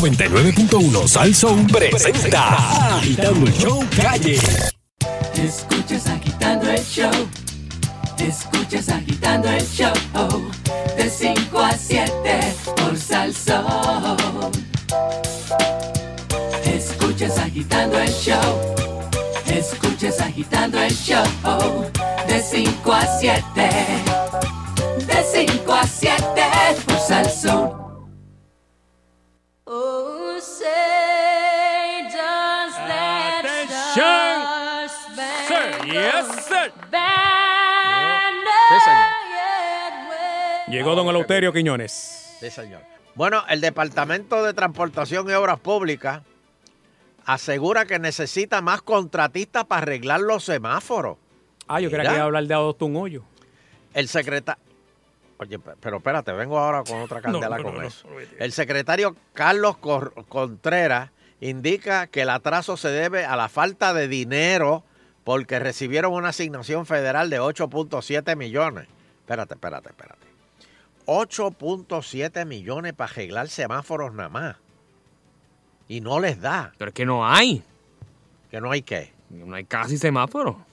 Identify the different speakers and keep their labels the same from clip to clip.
Speaker 1: 99.1 Salson presenta
Speaker 2: Ah,
Speaker 1: Agitando el Show Calle.
Speaker 3: Escuchas agitando el show. Escuchas agitando el show. De 5 a 7 por Salsón. Escuchas agitando el show. Escuchas agitando el show. De 5 a 7. De 5 a 7 por Salsón.
Speaker 2: Oh, say does that
Speaker 4: Attention,
Speaker 2: star-spangled
Speaker 4: sir.
Speaker 2: banner
Speaker 5: Sí, señor.
Speaker 2: yet wave?
Speaker 4: Llegó don Eleuterio Quiñones.
Speaker 5: Sí, señor. Ah, Bueno, el Departamento de Transportación y Obras Públicas asegura que necesita más contratistas para arreglar los semáforos.
Speaker 4: Ah, yo
Speaker 5: Mira.
Speaker 4: creía que iba a hablar de Adopta un Hoyo.
Speaker 5: El secretario... Oye, pe- pero espérate, vengo ahora con otra candela
Speaker 4: no,
Speaker 5: con
Speaker 4: no, no,
Speaker 5: eso.
Speaker 4: no, vete.
Speaker 5: el secretario Carlos Cor- Contreras indica que el atraso se debe a la falta de dinero porque recibieron una asignación federal de 8.7 millones. Espérate, espérate, espérate. 8.7 millones para arreglar semáforos nada más. Y no les da,
Speaker 6: Pero es que no hay.
Speaker 5: que no hay qué.
Speaker 6: No hay casi semáforo.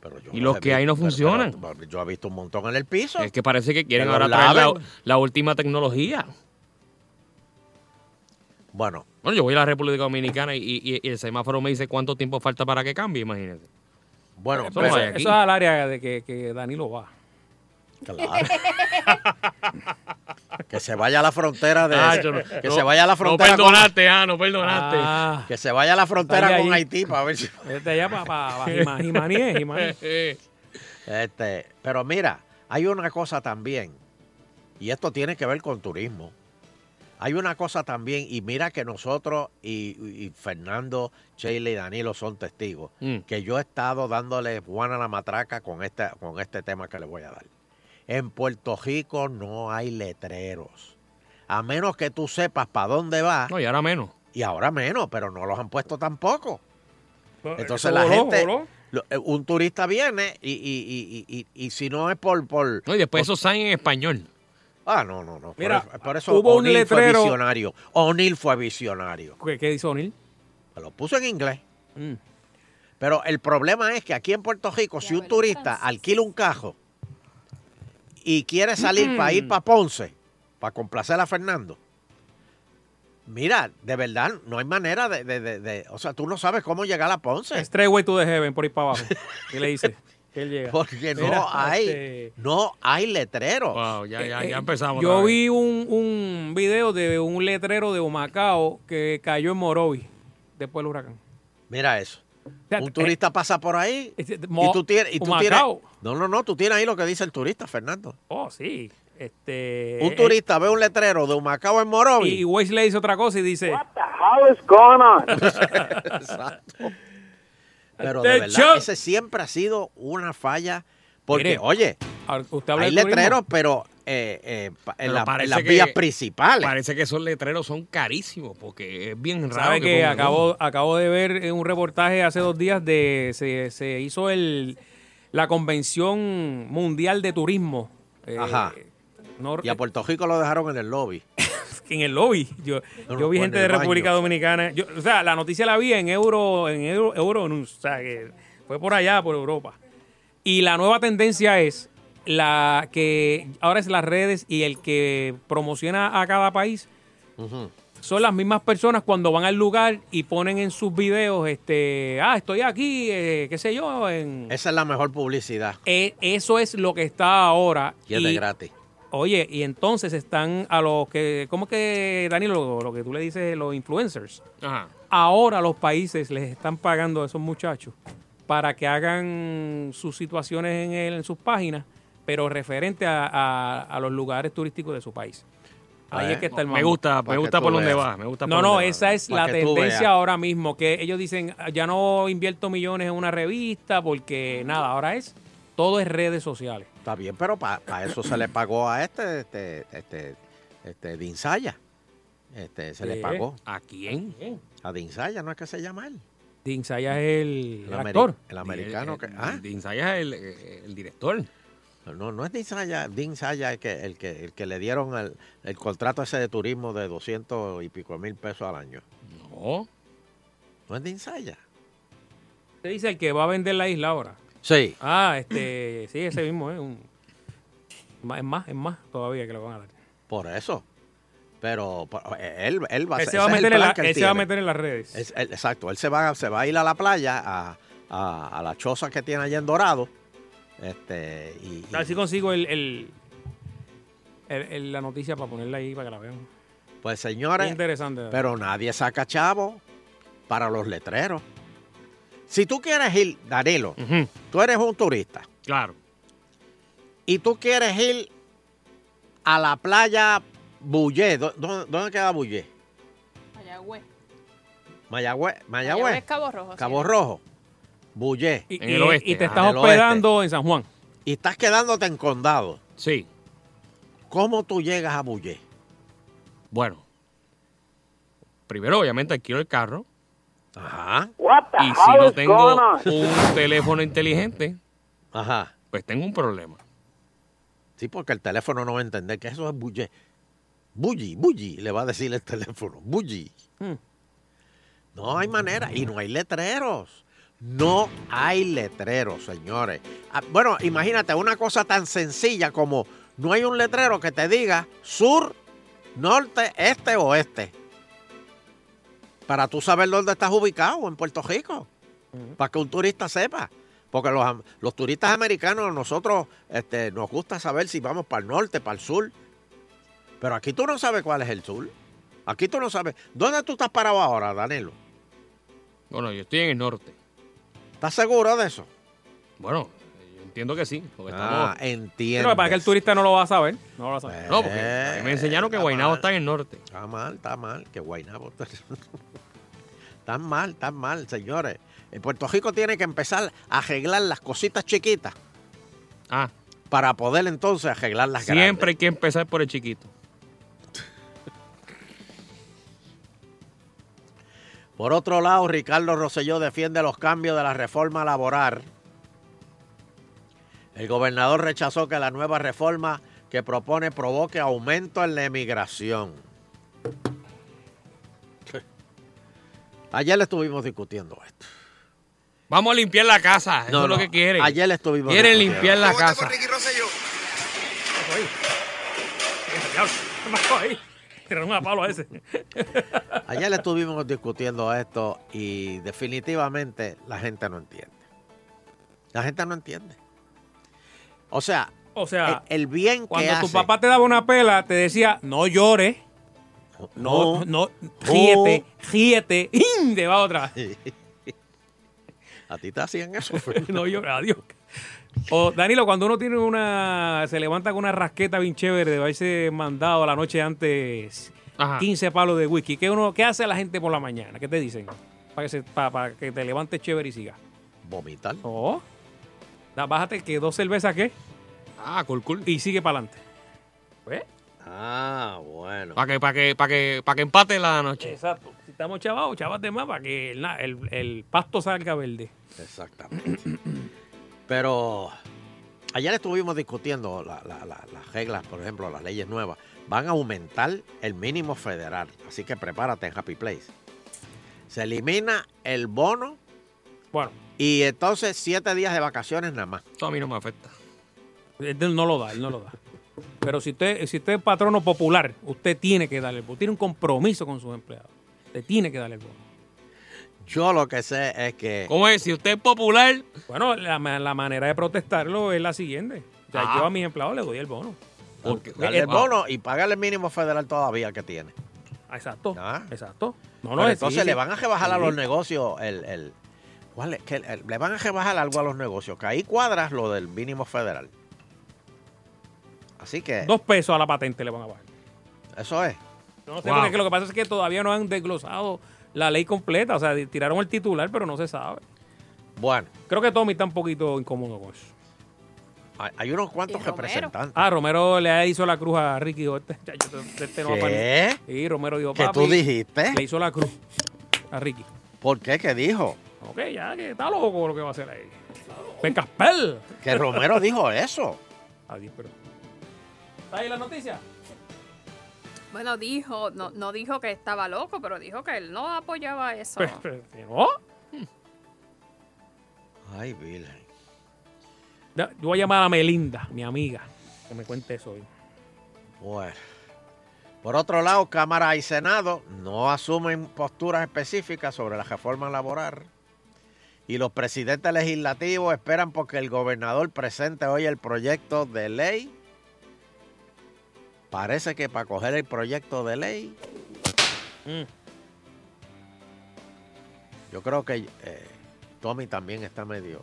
Speaker 5: Pero yo
Speaker 6: Ah, Y
Speaker 5: los
Speaker 6: los
Speaker 5: he
Speaker 6: que hay no
Speaker 5: visto- pero-
Speaker 6: funcionan.
Speaker 5: pero- pero yo he visto un montón en el piso.
Speaker 6: Es que parece que quieren
Speaker 5: Que
Speaker 6: ahora
Speaker 5: lo
Speaker 6: traer la,
Speaker 5: laven.
Speaker 6: la última tecnología.
Speaker 5: Bueno,
Speaker 6: Bueno, yo voy a la República Dominicana y, y- y el semáforo me dice cuánto tiempo falta para que cambie, imagínense.
Speaker 5: bueno,
Speaker 6: Eso no
Speaker 4: Eso,
Speaker 6: hay
Speaker 5: pero,
Speaker 6: aquí.
Speaker 4: eso es al área de que, que Danilo va.
Speaker 5: Claro. que se vaya a la frontera de
Speaker 6: Ah, yo no-
Speaker 5: que
Speaker 6: no-
Speaker 5: se vaya a la frontera
Speaker 6: No
Speaker 5: con,
Speaker 6: perdonaste, ah, no perdonaste.
Speaker 4: Ah,
Speaker 5: que se vaya a la frontera
Speaker 4: Vaya
Speaker 5: con
Speaker 4: ahí.
Speaker 5: Haití para ver si
Speaker 4: es de allá para pa, Jima- Jimaní, Jimaní.
Speaker 6: Eh,
Speaker 5: este, pero mira, hay una cosa también y esto tiene que ver con turismo. Hay una cosa también y mira que nosotros y, y Fernando, Sheila y Danilo son testigos
Speaker 6: Mm.
Speaker 5: que yo he estado dándole Juana la matraca con esta con este tema que le voy a dar. En Puerto Rico no hay letreros. A menos que tú sepas para dónde vas,
Speaker 6: No, y ahora menos.
Speaker 5: Y ahora menos, pero no los han puesto tampoco. Entonces
Speaker 4: Eso
Speaker 5: la
Speaker 4: voló,
Speaker 5: gente,
Speaker 4: voló.
Speaker 5: lo- eh, un turista viene y, y- y- y- y- y si no es por... por
Speaker 6: No, y después eso salen en español.
Speaker 5: ah, no, no, no. por
Speaker 4: Mira,
Speaker 5: eso- por, eso
Speaker 4: hubo un
Speaker 5: O'Neill
Speaker 4: letrero-
Speaker 5: fue visionario. O'Neill fue visionario.
Speaker 4: ¿Qué, qué dice O'Neill?
Speaker 5: Lo puso en inglés.
Speaker 4: Mm.
Speaker 5: Pero el problema es que aquí en Puerto Rico, si un turista alquila un cajo y quiere salir para
Speaker 4: Mm.
Speaker 5: ir para Ponce, para complacer a Fernando, mira, de verdad, no hay manera de, de- de- de- O sea, tú no sabes cómo llegar a Ponce.
Speaker 4: Straightway to the heaven, por ir para abajo. ¿Qué le dice? Que él llega.
Speaker 5: Porque no
Speaker 4: Mira,
Speaker 5: hay,
Speaker 4: este-
Speaker 5: no hay letreros.
Speaker 6: Wow, ya, ya,
Speaker 4: Eh,
Speaker 6: ya empezamos.
Speaker 4: Yo
Speaker 6: otra vez.
Speaker 4: vi un, un video de un letrero de Humacao que cayó en Morovis después del huracán.
Speaker 5: Mira eso.
Speaker 4: O sea,
Speaker 5: Un turista pasa por ahí
Speaker 4: eh, eh,
Speaker 5: y
Speaker 4: Mo-
Speaker 5: tú tienes, y tú tienes-
Speaker 4: Humacao.
Speaker 5: no, no, no, tú tienes ahí lo que dice el turista, Fernando.
Speaker 4: eh, Oh, sí. Este,
Speaker 5: Un
Speaker 4: eh,
Speaker 5: turista ve un letrero de Humacao en
Speaker 4: Y
Speaker 5: Morovi.
Speaker 4: Waze le dice otra cosa y dice:
Speaker 5: Exacto. Pero de verdad,
Speaker 4: Atención.
Speaker 5: ese siempre ha sido una falla. Porque,
Speaker 4: Mire,
Speaker 5: oye,
Speaker 4: "Ah, ¿Usted habla
Speaker 5: hay
Speaker 4: de turismo".
Speaker 5: letreros, pero eh, eh, pa- en,
Speaker 6: Pero
Speaker 5: la- en
Speaker 6: parece
Speaker 5: las
Speaker 6: que-
Speaker 5: vías principales.
Speaker 6: Parece que esos letreros son carísimos porque es bien raro.
Speaker 4: ¿Sabe que
Speaker 6: pongan uno.
Speaker 4: acabo, acabo de ver eh, un reportaje hace dos días de. Se, se hizo el, la Convención Mundial de Turismo. eh,
Speaker 5: Ajá.
Speaker 4: no-
Speaker 5: Y a Puerto Rico lo dejaron en el lobby.
Speaker 4: en el lobby. Yo,
Speaker 5: No,
Speaker 4: yo
Speaker 5: o
Speaker 4: vi
Speaker 5: en
Speaker 4: gente
Speaker 5: el
Speaker 4: de
Speaker 5: baño.
Speaker 4: República Dominicana. Yo, o sea, la noticia la vi en Euro, en Euro, Euronews. O sea, que fue por allá, por Europa. Y la nueva tendencia es la que ahora es las redes y el que promociona a cada país son las mismas personas cuando van al lugar y ponen en sus videos, este, ah, estoy aquí, eh, qué sé yo, en...
Speaker 5: Esa es la mejor publicidad.
Speaker 4: Eh, eso es lo que está ahora.
Speaker 5: Y es de gratis.
Speaker 4: Oye, y entonces están a los que, ¿cómo que, Danilo, lo, lo que tú le dices, los influencers?
Speaker 6: Ajá.
Speaker 4: Ahora los países les están pagando a esos muchachos para que hagan sus situaciones en, el- en sus páginas, pero referente a, a- a los lugares turísticos de su país. Ahí
Speaker 5: Ah,
Speaker 4: es que está el
Speaker 6: Me
Speaker 4: mambo.
Speaker 5: Para
Speaker 6: gusta, me
Speaker 5: que
Speaker 6: gusta
Speaker 5: tú
Speaker 6: por donde
Speaker 5: veas.
Speaker 6: va. Me gusta
Speaker 4: No,
Speaker 6: por
Speaker 4: no,
Speaker 6: donde va.
Speaker 4: esa es
Speaker 5: Para
Speaker 4: la
Speaker 5: que tú veas.
Speaker 4: tendencia ahora mismo, que ellos dicen, "Ah, ya no invierto millones en una revista porque nada, ahora es, todo es redes sociales.
Speaker 5: Está bien, pero para eso se le pagó a este, este, este, este Dinsaya. Este, se le
Speaker 4: Sí.
Speaker 5: pagó
Speaker 6: ¿A quién?
Speaker 5: a Dinsaya, no es que se llama él.
Speaker 4: Dinsaya es el, el
Speaker 5: ameri-
Speaker 4: actor.
Speaker 5: El americano.
Speaker 6: El-
Speaker 5: que,
Speaker 6: el-
Speaker 5: ah,
Speaker 4: eh,
Speaker 6: el de Insaya es el, el director.
Speaker 5: No, no es Dean Saya, Dean Saya el, que, el, que, el que le dieron al- el contrato ese de turismo de 200 y pico mil pesos al año.
Speaker 6: No.
Speaker 5: ¿No es Dean Saya?
Speaker 4: Te dice el que va a vender la isla ahora.
Speaker 5: Sí.
Speaker 4: Ah, este, sí, ese mismo es un... ma- Es más, es más todavía que lo van a dar.
Speaker 5: Por eso. Pero pa- eh, él, él va, a-
Speaker 4: Ese
Speaker 5: ese
Speaker 4: va a
Speaker 5: es el
Speaker 4: meter en
Speaker 5: plan
Speaker 4: la-
Speaker 5: que él
Speaker 4: él se va a
Speaker 5: tiene.
Speaker 4: meter en las redes.
Speaker 5: Es- él- exacto, él se va, se va a ir a la playa, a, a- a la choza que tiene allá en Dorado. Este, y, y-
Speaker 6: Ah,
Speaker 4: A ver si consigo el, el- el- el- la noticia para ponerla ahí para que la vean.
Speaker 5: pues
Speaker 4: Es
Speaker 5: señores,
Speaker 4: interesante.
Speaker 5: pero nadie saca chavo para los letreros. Si tú quieres ir, Danilo,
Speaker 6: Ujú,
Speaker 5: tú eres un turista
Speaker 6: Claro.
Speaker 5: y tú quieres ir a la playa Bullé, ¿dó- dó- ¿dónde, queda Bullé?
Speaker 2: Mayagüez.
Speaker 5: Mayagüez,
Speaker 2: Mayagüez,
Speaker 5: Mayagüez,
Speaker 2: Cabo Rojo. sí.
Speaker 5: Cabo Rojo, Bullé.
Speaker 4: y,
Speaker 6: en
Speaker 4: y-
Speaker 6: el oeste,
Speaker 4: y te
Speaker 6: ah,
Speaker 4: estás
Speaker 5: en el oeste.
Speaker 4: hospedando en San Juan.
Speaker 5: Y estás quedándote en condado.
Speaker 6: Sí.
Speaker 5: ¿Cómo tú llegas a Bullé?
Speaker 6: Bueno. Primero, obviamente, adquiero el carro.
Speaker 5: Ajá,
Speaker 7: What the
Speaker 6: Y si
Speaker 7: hell
Speaker 6: no
Speaker 7: is
Speaker 6: tengo
Speaker 7: going on?
Speaker 6: un teléfono inteligente,
Speaker 5: ajá.
Speaker 6: pues tengo un problema.
Speaker 5: Sí, porque el teléfono no va a entender que eso es bulle. Bulli, bulli, le va a decir el teléfono. Bulli.
Speaker 4: Mm.
Speaker 5: No hay manera. Y no hay letreros. No hay letreros, señores. Ah, Bueno, imagínate una cosa tan sencilla como no hay un letrero que te diga sur, norte, este, oeste. Para tú saber dónde estás ubicado en Puerto Rico. Para que un turista sepa. Porque los, am- los turistas americanos, nosotros este, nos gusta saber si vamos para el norte, para el sur. Pero aquí tú no sabes cuál es el sur. Aquí tú no sabes. ¿Dónde tú estás parado ahora, Danilo?
Speaker 6: Bueno, yo estoy en el norte.
Speaker 5: ¿Estás seguro de eso?
Speaker 6: Bueno, yo entiendo que sí. Porque
Speaker 5: Ah,
Speaker 6: estamos...
Speaker 5: entiendo.
Speaker 4: Pero para que el turista no lo va a saber. No lo va a saber.
Speaker 6: No, porque a mí me enseñaron que Guaynabo está en el norte.
Speaker 5: Está mal, está mal, que Guaynabo está... Está mal, está mal, señores. En Puerto Rico tiene que empezar a arreglar las cositas chiquitas
Speaker 6: Ah,
Speaker 5: para poder entonces arreglar las grandes.
Speaker 6: siempre hay que empezar por el chiquito.
Speaker 5: Por otro lado, Ricardo Rosselló defiende los cambios de la reforma laboral. El gobernador rechazó que la nueva reforma que propone provoque aumento en la emigración. Ayer le estuvimos discutiendo esto.
Speaker 6: Vamos a limpiar la casa. Eso
Speaker 5: No,
Speaker 6: es lo
Speaker 5: no,
Speaker 6: que quieren.
Speaker 5: ayer le estuvimos
Speaker 6: Quieren
Speaker 5: discutiendo.
Speaker 6: limpiar la casa.
Speaker 4: Diablo, ¿qué pasó ahí? Tiraron a palo a ese.
Speaker 5: Ayer le estuvimos discutiendo esto y definitivamente la gente no entiende. La gente no entiende. O sea,
Speaker 4: O
Speaker 5: el,
Speaker 4: sea,
Speaker 5: el bien que
Speaker 4: cuando tu
Speaker 5: hace-
Speaker 4: papá te daba una pela, te decía, no llores, no, no, ríete, ríete, ¡in! te va otra.
Speaker 5: A ti te hacían eso.
Speaker 4: No llores, adiós. O Danilo, cuando uno tiene una, se levanta con una rasqueta bien chévere de haberse mandado la noche antes
Speaker 6: Ajá.
Speaker 4: 15 palos de whisky, ¿qué, uno, ¿qué hace la gente por la mañana? ¿Qué te dicen? Para que, se- pa- para que te levantes chévere y sigas.
Speaker 5: Vomitar.
Speaker 4: No. Da, bájate que dos cervezas qué
Speaker 6: Ah, cool, cool.
Speaker 4: y sigue para adelante. Pues,
Speaker 5: Ah, bueno.
Speaker 6: Para que, para que, para que, para que empate la noche.
Speaker 4: Exacto. Si estamos chavados, chavate más para que el, na- el- el pasto salga verde.
Speaker 5: Exactamente. Pero ayer estuvimos discutiendo la- la- la- las reglas, por ejemplo, las leyes nuevas. Van a aumentar el mínimo federal. Así que prepárate en Happy Place. Se elimina el bono
Speaker 4: Bueno,
Speaker 5: y entonces siete días de vacaciones nada más.
Speaker 6: Eso a mí no me afecta.
Speaker 4: él no lo da, él no lo da. Pero si usted, si usted es patrono popular, usted tiene que darle el bono. Tiene un compromiso con sus empleados. Usted tiene que darle el bono.
Speaker 5: Yo lo que sé es que...
Speaker 6: ¿Cómo es? Si usted es popular,
Speaker 4: Bueno, la, ma- la manera de protestarlo es la siguiente. O sea,
Speaker 6: Ah.
Speaker 4: yo a mis empleados les doy el bono.
Speaker 6: porque-
Speaker 5: Darle el
Speaker 6: Ah,
Speaker 5: eh, bono y pagarle el mínimo federal todavía que tiene.
Speaker 4: Exacto.
Speaker 5: Ah.
Speaker 4: Exacto. No,
Speaker 5: Pero
Speaker 4: es-
Speaker 5: entonces
Speaker 4: sí,
Speaker 5: le
Speaker 4: sí.
Speaker 5: van a rebajar a
Speaker 4: Sí.
Speaker 5: los negocios el... el- ¿cuál es? ¿Qué? El- le van a rebajar algo a los negocios, que ahí cuadras lo del mínimo federal. Así que
Speaker 4: Dos pesos a la patente le van a bajar.
Speaker 5: eso es.
Speaker 4: Yo no sé
Speaker 6: Wow.
Speaker 4: porque lo que pasa es que todavía no han desglosado la ley completa. O sea, tiraron el titular, pero no se sabe.
Speaker 5: Bueno,
Speaker 4: Creo que Tommy está un poquito incómodo con eso.
Speaker 5: hay, hay unos cuantos
Speaker 2: Y Romero.
Speaker 5: representantes.
Speaker 4: Ah, Romero le hizo la cruz a Ricky. Dijo, este, chacho, este- este no va para
Speaker 5: ¿Qué?
Speaker 4: Y Romero dijo,
Speaker 5: ¿Qué
Speaker 4: papi,
Speaker 5: tú dijiste?
Speaker 4: le hizo la cruz a Ricky.
Speaker 5: ¿Por qué? ¿Qué dijo?
Speaker 4: Ok, ya, que está loco lo que va a hacer ahí. ¡Ven, Caspel!
Speaker 5: Que Romero dijo eso.
Speaker 4: Adiós, pero. ¿Está ahí la noticia?
Speaker 7: Bueno, dijo, no, no dijo que estaba loco, pero dijo que él no apoyaba eso.
Speaker 4: Pero- pero- pero Pues, no.
Speaker 5: Ay, Virgen.
Speaker 4: No, Yo voy a llamar a Melinda, mi amiga, que me cuente eso hoy.
Speaker 5: Bueno. Por otro lado, Cámara y Senado no asumen posturas específicas sobre la reforma laboral. Y los presidentes legislativos esperan porque el gobernador presente hoy el proyecto de ley. Parece que para coger el proyecto de ley,
Speaker 4: Mm.
Speaker 5: yo creo que eh, Tommy también está medio,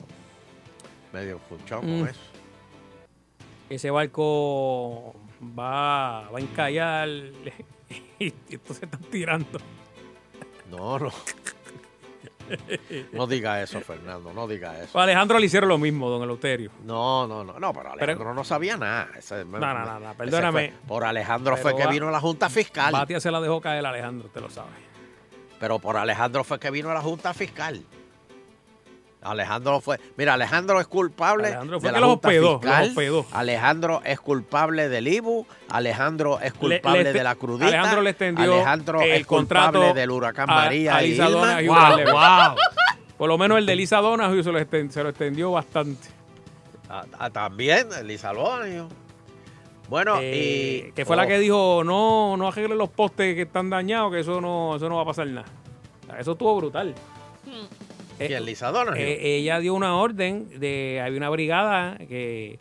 Speaker 5: medio punchado con
Speaker 4: Mm.
Speaker 5: eso.
Speaker 4: Ese barco va, va a encallar y entonces están tirando.
Speaker 5: No, no. No diga eso, Fernando, no diga eso.
Speaker 4: A Pues Alejandro le hicieron lo mismo, don Eleuterio.
Speaker 5: No, no, no, no, pero Alejandro no sabía nada. Ese- me-
Speaker 4: no, no, no,
Speaker 5: ese
Speaker 4: perdóname.
Speaker 5: fue- por Alejandro
Speaker 4: Pero
Speaker 5: fue que
Speaker 4: va-
Speaker 5: vino la Junta Fiscal.
Speaker 4: Batia se la dejó caer Alejandro, usted lo sabe.
Speaker 5: Pero por Alejandro fue que vino la Junta Fiscal. Alejandro fue, mira, Alejandro es culpable
Speaker 4: Alejandro fue
Speaker 5: de
Speaker 4: que
Speaker 5: la
Speaker 4: los
Speaker 5: Junta
Speaker 4: hospedó,
Speaker 5: Fiscal.
Speaker 4: los hospedó.
Speaker 5: Alejandro es culpable del IBU, Alejandro es
Speaker 4: Le-
Speaker 5: culpable
Speaker 4: le-
Speaker 5: de la crudita.
Speaker 4: Alejandro le extendió
Speaker 5: Alejandro
Speaker 4: el
Speaker 5: es culpable
Speaker 4: contrato
Speaker 5: del huracán
Speaker 4: a-
Speaker 5: María
Speaker 4: a
Speaker 5: y
Speaker 4: Lisa
Speaker 5: Irma.
Speaker 4: Donahue.
Speaker 5: Guau,
Speaker 4: Dale,
Speaker 5: guau.
Speaker 4: Por lo menos el de Lisa Donahue se lo, exten- se lo extendió bastante.
Speaker 5: Ah, ah, también, Lisa Lonio. Bueno,
Speaker 4: Eh,
Speaker 5: y.
Speaker 4: que fue
Speaker 5: oh,
Speaker 4: la que dijo, no, no arreglen los postes que están dañados, que eso no, eso no va a pasar nada. Eso estuvo brutal. Eh,
Speaker 5: ¿Quién, Lisa Donahue?
Speaker 4: Eh, ella dio una orden de había una brigada que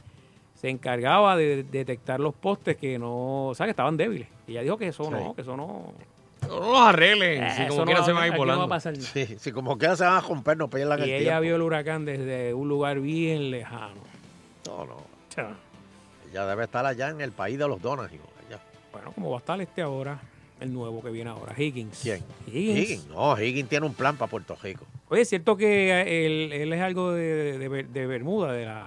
Speaker 4: se encargaba de detectar los postes que no, o sea, que estaban débiles. Y ella dijo que eso no,
Speaker 5: Sí.
Speaker 4: que eso no,
Speaker 6: No los arreglen.
Speaker 4: eh,
Speaker 6: si
Speaker 4: eso
Speaker 6: como
Speaker 4: no
Speaker 6: quiera
Speaker 4: va-
Speaker 6: se van a ir
Speaker 4: aquí no va
Speaker 6: volando.
Speaker 4: pasar nada.
Speaker 5: Sí, sí, como quiera se van a romper, no pierdan
Speaker 4: Y
Speaker 5: el
Speaker 4: ella vio
Speaker 5: tiempo.
Speaker 4: el huracán desde un lugar bien lejano.
Speaker 5: No, no.
Speaker 4: O sea,
Speaker 5: Ella debe estar allá en el país de los Donahue. allá.
Speaker 4: Bueno, como va a estar este ahora, el nuevo que viene ahora, Higgins.
Speaker 5: ¿Quién?
Speaker 4: Higgins.
Speaker 5: Higgins. No, Higgins tiene un plan para Puerto Rico.
Speaker 4: Oye, es cierto que eh, él, él es algo de, de- de Bermuda, de la...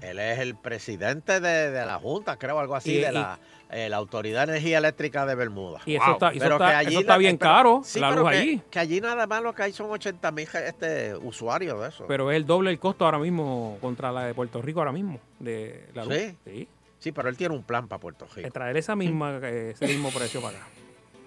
Speaker 5: Él es el presidente de, de la Junta, creo, algo así,
Speaker 4: Y-
Speaker 5: de
Speaker 4: y-
Speaker 5: la, eh, la Autoridad de Energía Eléctrica de Bermuda.
Speaker 4: Y eso
Speaker 6: Wow.
Speaker 4: está, eso
Speaker 5: Pero
Speaker 4: está-
Speaker 5: que allí
Speaker 4: eso está
Speaker 5: la-
Speaker 4: bien
Speaker 5: pero-
Speaker 4: caro,
Speaker 5: sí,
Speaker 4: la
Speaker 5: pero
Speaker 4: luz
Speaker 5: que,
Speaker 4: allí.
Speaker 5: Que allí nada más lo que hay son 80 mil este, usuarios de eso.
Speaker 4: Pero es el doble el costo ahora mismo contra la de Puerto Rico ahora mismo. De la luz.
Speaker 5: Sí. sí, pero él tiene un plan para Puerto
Speaker 4: Es
Speaker 5: Rico.
Speaker 4: Traer esa misma, eh, ese mismo precio para acá.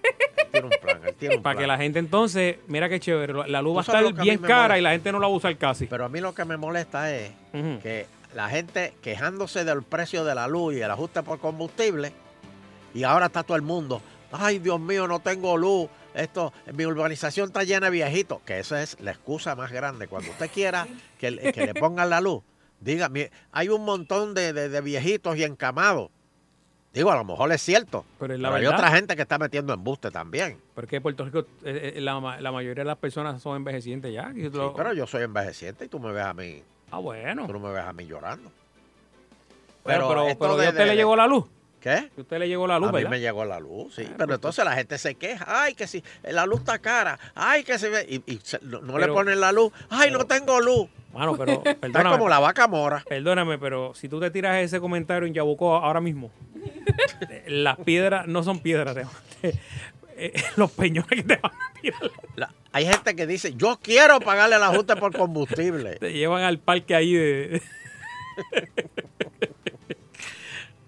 Speaker 5: Él tiene un plan, él tiene un
Speaker 4: Para que
Speaker 5: plan.
Speaker 4: la gente entonces, mira qué chévere, la- la luz
Speaker 5: Tú
Speaker 4: va a
Speaker 5: sabes
Speaker 4: estar
Speaker 5: lo que a mí
Speaker 4: bien
Speaker 5: me
Speaker 4: cara
Speaker 5: molesta.
Speaker 4: y la gente no la va a usar casi.
Speaker 5: Pero a mí lo que me molesta es
Speaker 4: Ujú.
Speaker 5: que la gente quejándose del precio de la luz y el ajuste por combustible, y ahora está todo el mundo, ay Dios mío, no tengo luz, esto, mi urbanización está llena de viejitos, que esa es la excusa más grande. Cuando usted quiera que, le- que le pongan la luz, diga, "Mi- hay un montón de, de- de viejitos y encamados. Digo, a lo mejor es cierto,
Speaker 4: Pero es la
Speaker 5: pero hay
Speaker 4: verdad.
Speaker 5: otra gente que está metiendo embuste también.
Speaker 4: Porque Puerto Rico, eh, eh, la, ma- la mayoría de las personas son envejecientes ya. y
Speaker 5: Sí,
Speaker 4: lo-
Speaker 5: pero yo soy envejeciente y tú me ves a mí,
Speaker 4: ah, bueno.
Speaker 5: tú no me ves a mí llorando.
Speaker 4: Pero, pero,
Speaker 5: esto
Speaker 4: pero
Speaker 5: de-
Speaker 4: ¿y a usted
Speaker 5: de-
Speaker 4: le
Speaker 5: de-
Speaker 4: llegó la luz.
Speaker 5: ¿Qué?
Speaker 4: ¿Y a usted le llegó la luz,
Speaker 5: a mí
Speaker 4: ¿verdad?
Speaker 5: me llegó la luz, sí.
Speaker 4: Ah,
Speaker 5: pero
Speaker 4: pues,
Speaker 5: entonces la gente se queja. Ay, que si eh, la luz está cara. Ay, que si... Y, y se- no, no le
Speaker 4: Pero-
Speaker 5: ponen la luz. Ay, no
Speaker 4: pero-
Speaker 5: tengo luz.
Speaker 4: Mano, pero
Speaker 5: Está
Speaker 4: perdóname.
Speaker 5: como la vaca mora.
Speaker 4: Perdóname, pero si tú te tiras ese comentario en Yabucoa ahora mismo, eh, las piedras no son piedras, te- te- eh, los peñones que te van a tirar
Speaker 5: La- hay gente que dice, yo quiero pagarle el ajuste por combustible.
Speaker 4: te llevan al parque ahí de...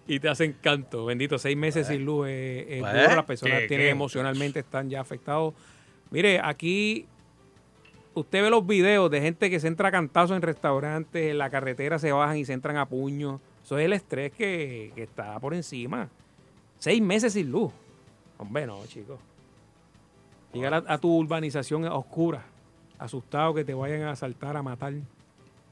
Speaker 4: y te hacen canto. Bendito, seis meses sin luz es, es
Speaker 5: Pues,
Speaker 4: duro, Las personas
Speaker 6: ¿qué,
Speaker 4: tienen
Speaker 6: qué?
Speaker 4: emocionalmente, están ya afectados. Mire, aquí usted ve los videos de gente que se entra a cantazos en restaurantes, en la carretera se bajan y se entran a puños. Eso es el estrés que, que está por encima. Seis meses sin luz. Hombre, no, chicos. Llegar a, a tu urbanización a oscura, asustado que te vayan a asaltar, a matar.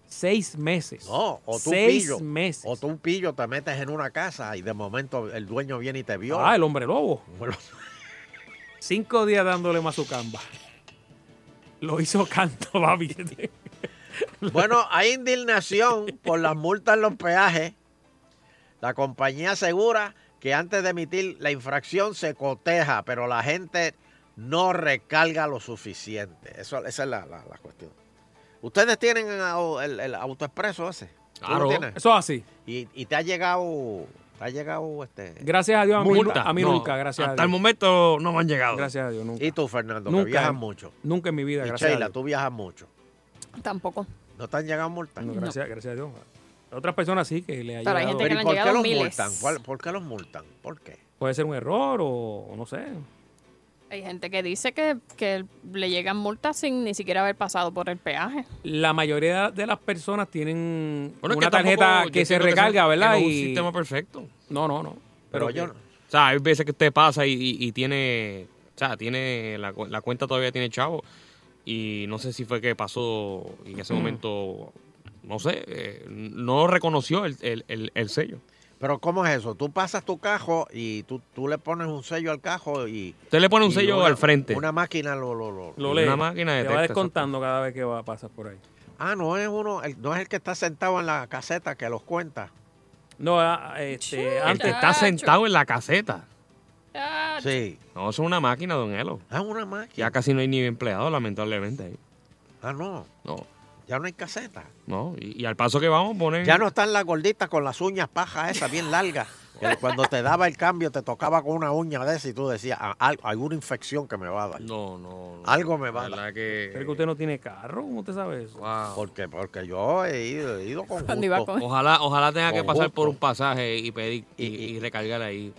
Speaker 4: Seis meses.
Speaker 5: No, o tú
Speaker 4: Seis
Speaker 5: pillo.
Speaker 4: meses.
Speaker 5: O tú pillo, te metes en una casa y de momento el dueño viene y te viola.
Speaker 4: Ah, el hombre lobo.
Speaker 5: Bueno,
Speaker 4: Cinco días dándole mazucamba. Lo hizo canto, papi.
Speaker 5: Bueno, hay indignación por las multas en los peajes. La compañía asegura que antes de emitir la infracción se coteja, pero la gente no recarga lo suficiente. Eso, esa es la, la- la cuestión. ¿Ustedes tienen au- el, el autoexpreso ese? ¿Tú lo
Speaker 6: Claro.
Speaker 5: tienes?
Speaker 4: Eso es así.
Speaker 5: Y, y te ha llegado, te ha llegado este...
Speaker 4: Gracias a Dios, a mí,
Speaker 6: Multa,
Speaker 4: a mí
Speaker 6: no.
Speaker 4: nunca. Gracias a
Speaker 6: Hasta el
Speaker 4: Dios.
Speaker 6: momento no me han llegado.
Speaker 4: Gracias a Dios, nunca.
Speaker 5: Y tú, Fernando,
Speaker 4: Nunca,
Speaker 5: que viajas
Speaker 4: eh.
Speaker 5: mucho.
Speaker 4: Nunca en mi vida,
Speaker 5: Y
Speaker 4: gracias
Speaker 5: Sheila,
Speaker 4: a Dios.
Speaker 5: tú viajas mucho.
Speaker 7: Tampoco.
Speaker 5: ¿No te han llegado multas?
Speaker 4: No, gracias, gracias a Dios. Otras personas sí que le ha
Speaker 7: Pero hay
Speaker 4: llegado-
Speaker 7: gente
Speaker 5: Pero
Speaker 7: le
Speaker 5: ¿y
Speaker 7: han
Speaker 5: por qué
Speaker 7: llegado
Speaker 5: los
Speaker 7: miles.
Speaker 5: multan? ¿Cuál- ¿Por qué los multan? ¿Por qué?
Speaker 4: Puede ser un error o, o no sé.
Speaker 7: Hay gente que dice que, que le llegan multas sin ni siquiera haber pasado por el peaje.
Speaker 4: La mayoría de las personas tienen
Speaker 6: Bueno, es
Speaker 4: una
Speaker 6: tampoco-
Speaker 4: tarjeta
Speaker 6: yo
Speaker 4: que se
Speaker 6: entiendo eso-
Speaker 4: recarga,
Speaker 6: que
Speaker 4: ¿verdad?
Speaker 6: No es un
Speaker 4: Y-
Speaker 6: sistema perfecto. O
Speaker 4: No, no, no.
Speaker 5: Pero,
Speaker 4: Pero
Speaker 5: yo
Speaker 4: que-
Speaker 6: sea, hay veces que usted pasa y, y- y tiene, o sea, tiene la, cu- la cuenta todavía tiene chavo y no sé si fue que pasó y en ese
Speaker 5: Mm.
Speaker 6: momento, no sé, eh, no reconoció el, el- el- el sello.
Speaker 5: Pero ¿cómo es eso? Tú pasas tu cajo y tú, tú le pones un sello al cajo y...
Speaker 6: Usted le pone un
Speaker 5: y
Speaker 6: sello
Speaker 5: una-
Speaker 6: al frente.
Speaker 5: Una máquina lo... lo, lo-
Speaker 4: lo
Speaker 6: Una
Speaker 4: lee.
Speaker 6: máquina
Speaker 4: te
Speaker 6: detecta
Speaker 4: va
Speaker 6: esas
Speaker 4: descontando cada vez que va, pasas por ahí.
Speaker 5: Ah, no es uno... el- no es el que está sentado en la caseta que los cuenta.
Speaker 4: No, ah,
Speaker 5: Eh,
Speaker 4: este,
Speaker 6: El que
Speaker 4: antes.
Speaker 6: está
Speaker 7: Chacho.
Speaker 6: sentado en la caseta.
Speaker 7: Ah,
Speaker 5: Sí.
Speaker 6: No, eso es una máquina, don Elo.
Speaker 5: Ah, una
Speaker 6: Ya
Speaker 5: máquina.
Speaker 6: casi no hay ni empleados, lamentablemente. ahí.
Speaker 5: Ah, no.
Speaker 6: No,
Speaker 5: Ya no hay caseta.
Speaker 6: no. Y, y al paso que vamos, ponen...
Speaker 5: Ya no están las gorditas con las uñas pajas esas bien largas. que cuando te daba el cambio te tocaba con una uña de esas y tú decías, "Ah, al- alguna infección que me va a dar.
Speaker 6: No, no. no.
Speaker 5: Algo me va a
Speaker 6: La
Speaker 5: dar.
Speaker 6: verdad que...
Speaker 4: Pero que usted no tiene carro, ¿cómo usted sabe eso?
Speaker 6: Wow.
Speaker 5: Porque, porque yo he ido, he ido con
Speaker 7: Cuando iba
Speaker 5: gusto.
Speaker 7: con-
Speaker 6: Ojalá, ojalá tenga que
Speaker 5: Con
Speaker 6: pasar
Speaker 5: gusto.
Speaker 6: por un pasaje y pedir y,
Speaker 5: Y- y-
Speaker 6: y recargar ahí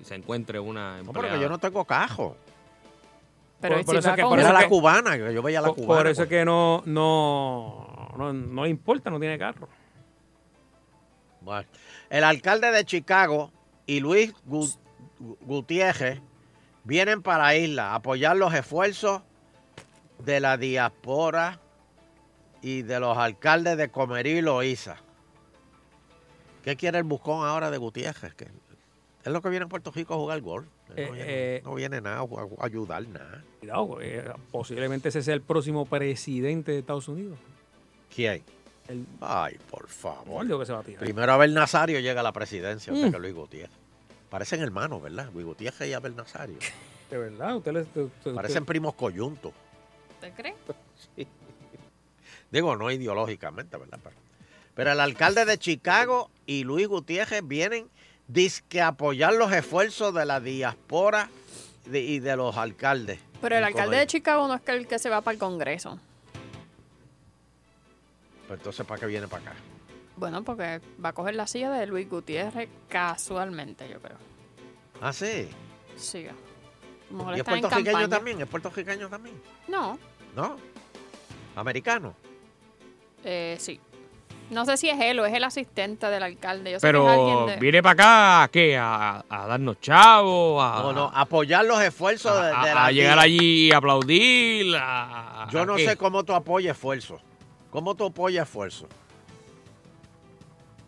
Speaker 6: y se encuentre una
Speaker 5: No,
Speaker 6: empleada.
Speaker 5: porque yo no tengo cajo.
Speaker 7: pero
Speaker 4: por- por
Speaker 7: si
Speaker 4: eso
Speaker 7: va
Speaker 4: es que-
Speaker 7: con-
Speaker 4: por
Speaker 5: Era
Speaker 4: eso
Speaker 5: la
Speaker 4: que-
Speaker 5: cubana, que yo veía a la
Speaker 4: Por-
Speaker 5: cubana. pues.
Speaker 4: por eso es que no, no, no, no le importa, no tiene carro.
Speaker 5: Bueno, El alcalde de Chicago y Luis Gu- Gu- Gutiérrez vienen para la isla a apoyar los esfuerzos de la diáspora y de los alcaldes de Comerío y Loíza. ¿Qué quiere el buscón ahora de Gutiérrez? Que es lo que viene a Puerto Rico a jugar gol. No,
Speaker 4: Eh,
Speaker 5: viene,
Speaker 4: eh.
Speaker 5: no viene nada a ju- a ayudar nada.
Speaker 4: Cuidado, eh, posiblemente ese sea el próximo presidente de Estados Unidos.
Speaker 5: ¿Quién?
Speaker 4: El-
Speaker 5: Ay, por favor.
Speaker 4: Digo que se va a tirar.
Speaker 5: Primero Abel Nazario llega a la presidencia, o sea
Speaker 4: Mm.
Speaker 5: que Luis Gutiérrez. Parecen hermanos, ¿verdad? Luis Gutiérrez y Abel Nazario.
Speaker 4: De verdad, usted le. usted- usted-
Speaker 5: Parecen primos coyuntos.
Speaker 7: ¿Usted cree?
Speaker 5: Digo, no ideológicamente, ¿verdad? Pero, pero el alcalde de Chicago y Luis Gutiérrez vienen disque a apoyar los esfuerzos de la diáspora de- y de los alcaldes.
Speaker 7: Pero el
Speaker 5: En
Speaker 7: alcalde
Speaker 5: Comerío.
Speaker 7: de Chicago no es que el que se va para el Congreso.
Speaker 5: Pero Pues entonces, ¿para qué viene para acá?
Speaker 7: Bueno, porque va a coger la silla de Luis Gutiérrez casualmente, yo creo.
Speaker 5: Ah, sí.
Speaker 7: Siga. A lo mejor
Speaker 5: Y es
Speaker 7: está en
Speaker 5: puertorriqueño
Speaker 7: campaña.
Speaker 5: también, es puertorriqueño también,
Speaker 7: No,
Speaker 5: ¿no? Americano.
Speaker 7: eh, sí. No sé si es él o es el asistente del alcalde. Yo sé que es
Speaker 6: Pero
Speaker 7: alguien de-
Speaker 6: viene para acá ¿a qué? A, a darnos chavos, a,
Speaker 5: No, no, apoyar los esfuerzos de,
Speaker 6: a-
Speaker 5: de
Speaker 6: a-
Speaker 5: la
Speaker 6: a llegar
Speaker 5: di-
Speaker 6: allí y aplaudir. a- a-
Speaker 5: Yo
Speaker 6: ¿a
Speaker 5: no
Speaker 6: qué?
Speaker 5: sé cómo tú apoyas esfuerzo. ¿Cómo tú apoyas esfuerzo?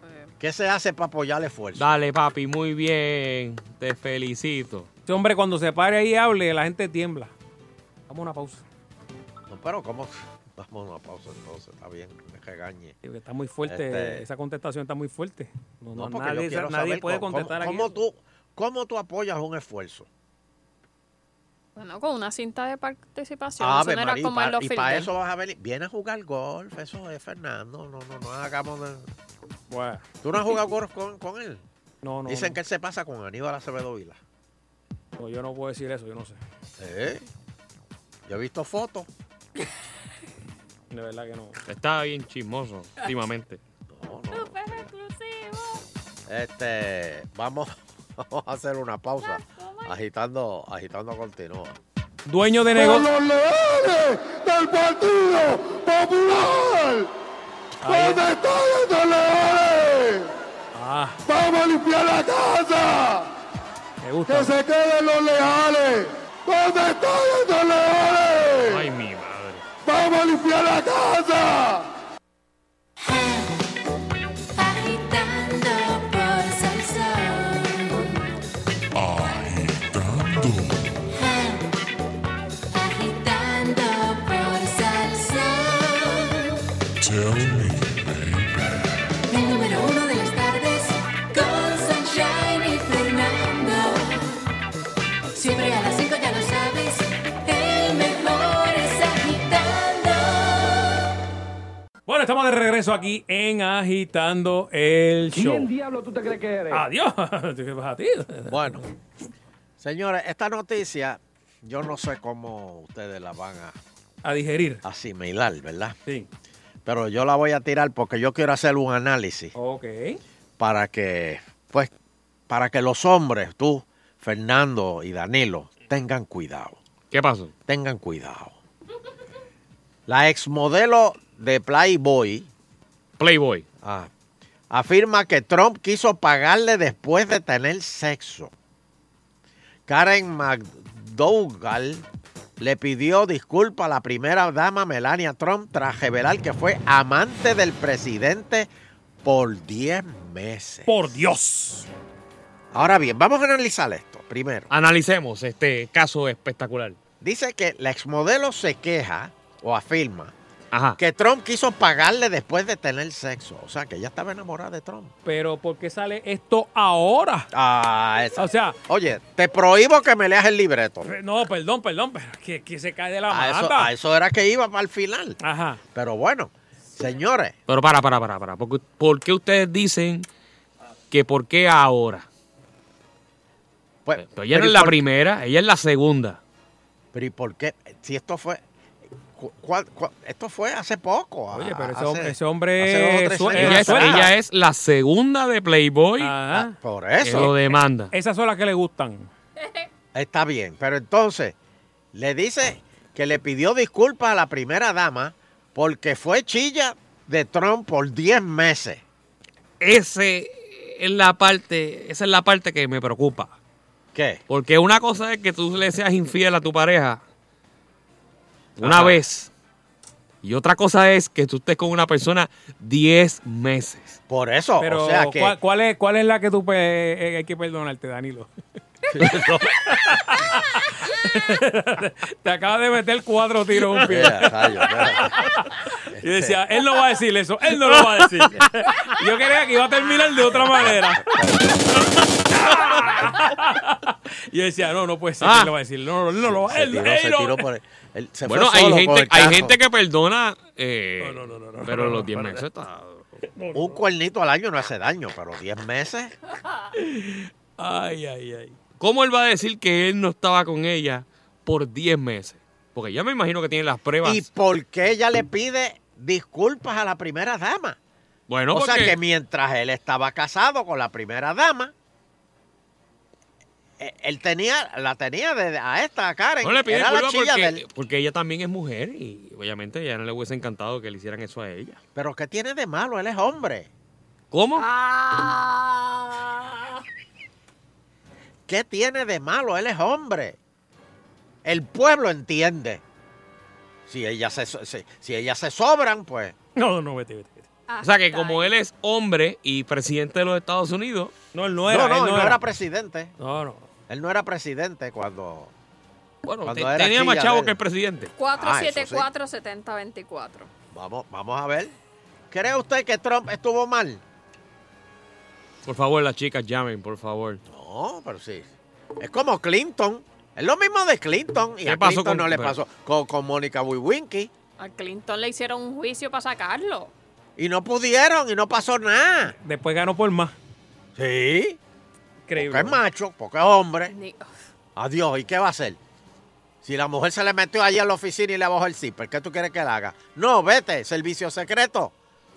Speaker 7: Eh.
Speaker 5: ¿Qué se hace para apoyar esfuerzo?
Speaker 6: Dale, papi, muy bien. Te felicito.
Speaker 4: Este hombre, cuando se pare ahí y hable, la gente tiembla. Vamos a una pausa.
Speaker 5: No, pero ¿cómo? Vamos a una pausa entonces, está bien, me regañe.
Speaker 4: Digo que Está muy fuerte,
Speaker 5: Este-
Speaker 4: esa contestación está muy fuerte. No, no,
Speaker 5: No, porque yo
Speaker 4: nadie
Speaker 5: quiero
Speaker 4: nadie
Speaker 5: saber
Speaker 4: puede
Speaker 5: cómo-
Speaker 4: contestar
Speaker 5: cómo,
Speaker 4: aquí.
Speaker 5: tú, ¿Cómo tú apoyas un esfuerzo?
Speaker 7: Bueno, con una cinta de participación.
Speaker 5: Ave
Speaker 7: eso no era
Speaker 5: María, y
Speaker 7: como en
Speaker 5: Ah, pues, pa-
Speaker 7: los
Speaker 5: y
Speaker 7: Field
Speaker 5: para
Speaker 7: Day.
Speaker 5: eso vas a ver, viene a jugar golf, eso es Fernando, no, no, no hagamos... de-
Speaker 4: Bueno,
Speaker 5: ¿Tú no has jugado golf con, con él?
Speaker 4: no, no,
Speaker 5: Dicen
Speaker 4: no.
Speaker 5: que él se pasa con Aníbal Acevedo Vila.
Speaker 4: No, yo no puedo decir eso, yo no sé.
Speaker 5: ¿Eh? Yo he visto fotos.
Speaker 4: De verdad que no.
Speaker 6: Está bien chismoso últimamente.
Speaker 5: No, no, no. Este, vamos, vamos a hacer una pausa. Agitando, agitando continúa.
Speaker 4: Dueño de negocio.
Speaker 8: del Partido Popular. ¿Dónde están estos leones?
Speaker 4: Ah,
Speaker 8: Vamos a limpiar la casa.
Speaker 4: me
Speaker 8: Que
Speaker 4: gusta.
Speaker 8: se queden los leales. ¿Dónde están estos leones?
Speaker 6: Ay, mi madre.
Speaker 8: Vamos a limpiar la casa.
Speaker 2: Agitando por salsa.
Speaker 5: Ah,
Speaker 2: Agitando. Agitando por salsa. Tell me, baby. El número uno de las tardes con Sunshine y Fernando. Siempre a las cinco ya lo sabes. El mejor es agitando.
Speaker 4: Bueno, estamos de regreso aquí en Agitando el Show.
Speaker 9: diablo tú te crees que eres?
Speaker 4: Adiós. ¿Qué pasa a ti?
Speaker 5: Bueno, señores, esta noticia yo no sé cómo ustedes la van a
Speaker 4: A digerir.
Speaker 5: asimilar, ¿verdad?
Speaker 4: Sí.
Speaker 5: Pero yo la voy a tirar porque yo quiero hacer un análisis
Speaker 4: Ok.
Speaker 5: para que, pues, para que los hombres, tú, Fernando y Danilo, tengan cuidado.
Speaker 6: ¿Qué pasó?
Speaker 5: Tengan cuidado. La exmodelo de Playboy
Speaker 6: Playboy.
Speaker 5: ah, afirma que Trump quiso pagarle después de tener sexo. Karen McDougall le pidió disculpa a la primera dama Melania Trump tras revelar que fue amante del presidente por 10 meses.
Speaker 4: Por Dios.
Speaker 5: Ahora bien, vamos a analizar esto primero.
Speaker 6: Analicemos este caso espectacular.
Speaker 5: Dice que la exmodelo se queja o afirma
Speaker 6: Ajá.
Speaker 5: que Trump quiso pagarle después de tener sexo. O sea, que ella estaba enamorada de Trump.
Speaker 4: Pero ¿por qué sale esto ahora?
Speaker 5: Ah, esa.
Speaker 4: O sea,
Speaker 5: Oye, te prohíbo que me leas el libreto.
Speaker 4: eh, no, perdón, perdón, pero que, que se cae de la
Speaker 5: A
Speaker 4: mata.
Speaker 5: Ah, eso, a eso era que iba para el final.
Speaker 4: Ajá.
Speaker 5: Pero bueno, señores,
Speaker 6: Pero para, para, para, para. Porque, ¿Por qué ustedes dicen que por qué ahora?
Speaker 5: pues,
Speaker 6: Pero ella no
Speaker 5: ¿y
Speaker 6: es la
Speaker 5: por-
Speaker 6: primera, ella es la segunda.
Speaker 5: Pero ¿y por qué? Si esto fue, cu- cuál- cuál- esto fue hace poco. a-
Speaker 4: Oye, pero ese
Speaker 5: hace-
Speaker 4: hombre- ese hombre
Speaker 5: hace
Speaker 6: Eh,
Speaker 5: dos o tres
Speaker 4: sue-
Speaker 5: años
Speaker 6: Ella es,
Speaker 5: atrás.
Speaker 6: ella es la segunda de Playboy
Speaker 4: Ajá.
Speaker 5: Ah, Por
Speaker 6: que lo
Speaker 5: eso
Speaker 6: demanda.
Speaker 4: Esas son las que le gustan.
Speaker 5: está bien. Pero entonces le dice que le pidió disculpas a la primera dama porque fue chilla de Trump por 10 meses.
Speaker 6: Ese es la parte, esa es la parte que me preocupa.
Speaker 5: ¿Qué?
Speaker 6: Porque una cosa es que tú le seas infiel a tu pareja una
Speaker 5: Ajá.
Speaker 6: vez. Y otra cosa es que tú estés con una persona 10 meses.
Speaker 5: Por eso,
Speaker 4: Pero
Speaker 5: Oh, o sea que
Speaker 4: ¿cuál, cuál es, ¿cuál es la que tú pe- eh, hay que perdonarte, Danilo? Te acabas de meter cuatro tiros en un pie.
Speaker 5: Yeah, rayo, yeah.
Speaker 4: Y decía, él no va a decir eso, él no lo va a decir. Yo creía que iba a terminar de otra manera. Y yo decía, no, no puede ser,
Speaker 6: Ah.
Speaker 4: él lo va a decir. No, no, no, lo va
Speaker 5: se
Speaker 4: él-
Speaker 5: tiró,
Speaker 4: él
Speaker 5: se
Speaker 4: no-
Speaker 5: tiró por el, el- se fue
Speaker 6: Bueno, hay
Speaker 5: solo por
Speaker 6: gente,
Speaker 5: el
Speaker 6: hay
Speaker 5: carro.
Speaker 6: gente que perdona, eh,
Speaker 4: No, no, no, no, no,
Speaker 6: pero
Speaker 4: no, no,
Speaker 6: los 10
Speaker 4: para
Speaker 6: meses está...
Speaker 5: Un cuernito al año no hace daño, pero 10 meses.
Speaker 4: Ay, ay, ay.
Speaker 6: ¿Cómo él va a decir que él no estaba con ella por 10 meses? Porque ya me imagino que tiene las pruebas.
Speaker 5: ¿Y por qué ella le pide disculpas a la primera dama?
Speaker 6: bueno,
Speaker 5: o sea
Speaker 6: porque-
Speaker 5: que mientras él estaba casado con la primera dama, eh, él tenía, la tenía de, a esta Karen.
Speaker 6: No le pide
Speaker 5: era la
Speaker 6: disculpas
Speaker 5: chilla
Speaker 6: porque,
Speaker 5: del-
Speaker 6: porque ella también es mujer y obviamente ya no le hubiese encantado que le hicieran eso a ella.
Speaker 5: Pero ¿qué tiene de malo? Él es hombre.
Speaker 6: ¿Cómo?
Speaker 5: Ah. ¿Qué tiene de malo? Él es hombre. El pueblo entiende. Si ellas se, so- si, si ellas se sobran, pues.
Speaker 4: No, no, no, vete, vete. vete.
Speaker 6: O sea que como él es hombre y presidente de los Estados Unidos,
Speaker 4: No, él no era.
Speaker 5: no, no,
Speaker 4: él
Speaker 5: él no era presidente.
Speaker 4: No, no.
Speaker 5: Él no era presidente cuando.
Speaker 6: bueno,
Speaker 5: Cuando
Speaker 6: te-
Speaker 5: era
Speaker 6: tenía más
Speaker 5: chilla de
Speaker 6: chavo
Speaker 5: él.
Speaker 6: que el presidente.
Speaker 7: 474-7024.
Speaker 5: Vamos, vamos a ver. ¿Cree usted que Trump estuvo mal?
Speaker 6: Por favor, las chicas llamen, por favor.
Speaker 5: No, pero sí. Es como Clinton. Es lo mismo de Clinton. Y
Speaker 6: ¿Qué
Speaker 5: a
Speaker 6: pasó
Speaker 5: Clinton
Speaker 6: con-
Speaker 5: no le
Speaker 6: pero-
Speaker 5: pasó con, con Mónica Wawinki.
Speaker 7: A Clinton le hicieron un juicio para sacarlo.
Speaker 5: Y no pudieron y no pasó nada.
Speaker 4: Después ganó por más.
Speaker 5: Sí.
Speaker 4: Increíble.
Speaker 5: Porque es macho, porque es hombre.
Speaker 7: Ni-
Speaker 5: Adiós, ¿y qué va a hacer? Si la mujer se le metió allí a la oficina y le bajó el zipper, ¿qué tú quieres que la haga? No, vete, servicio secreto.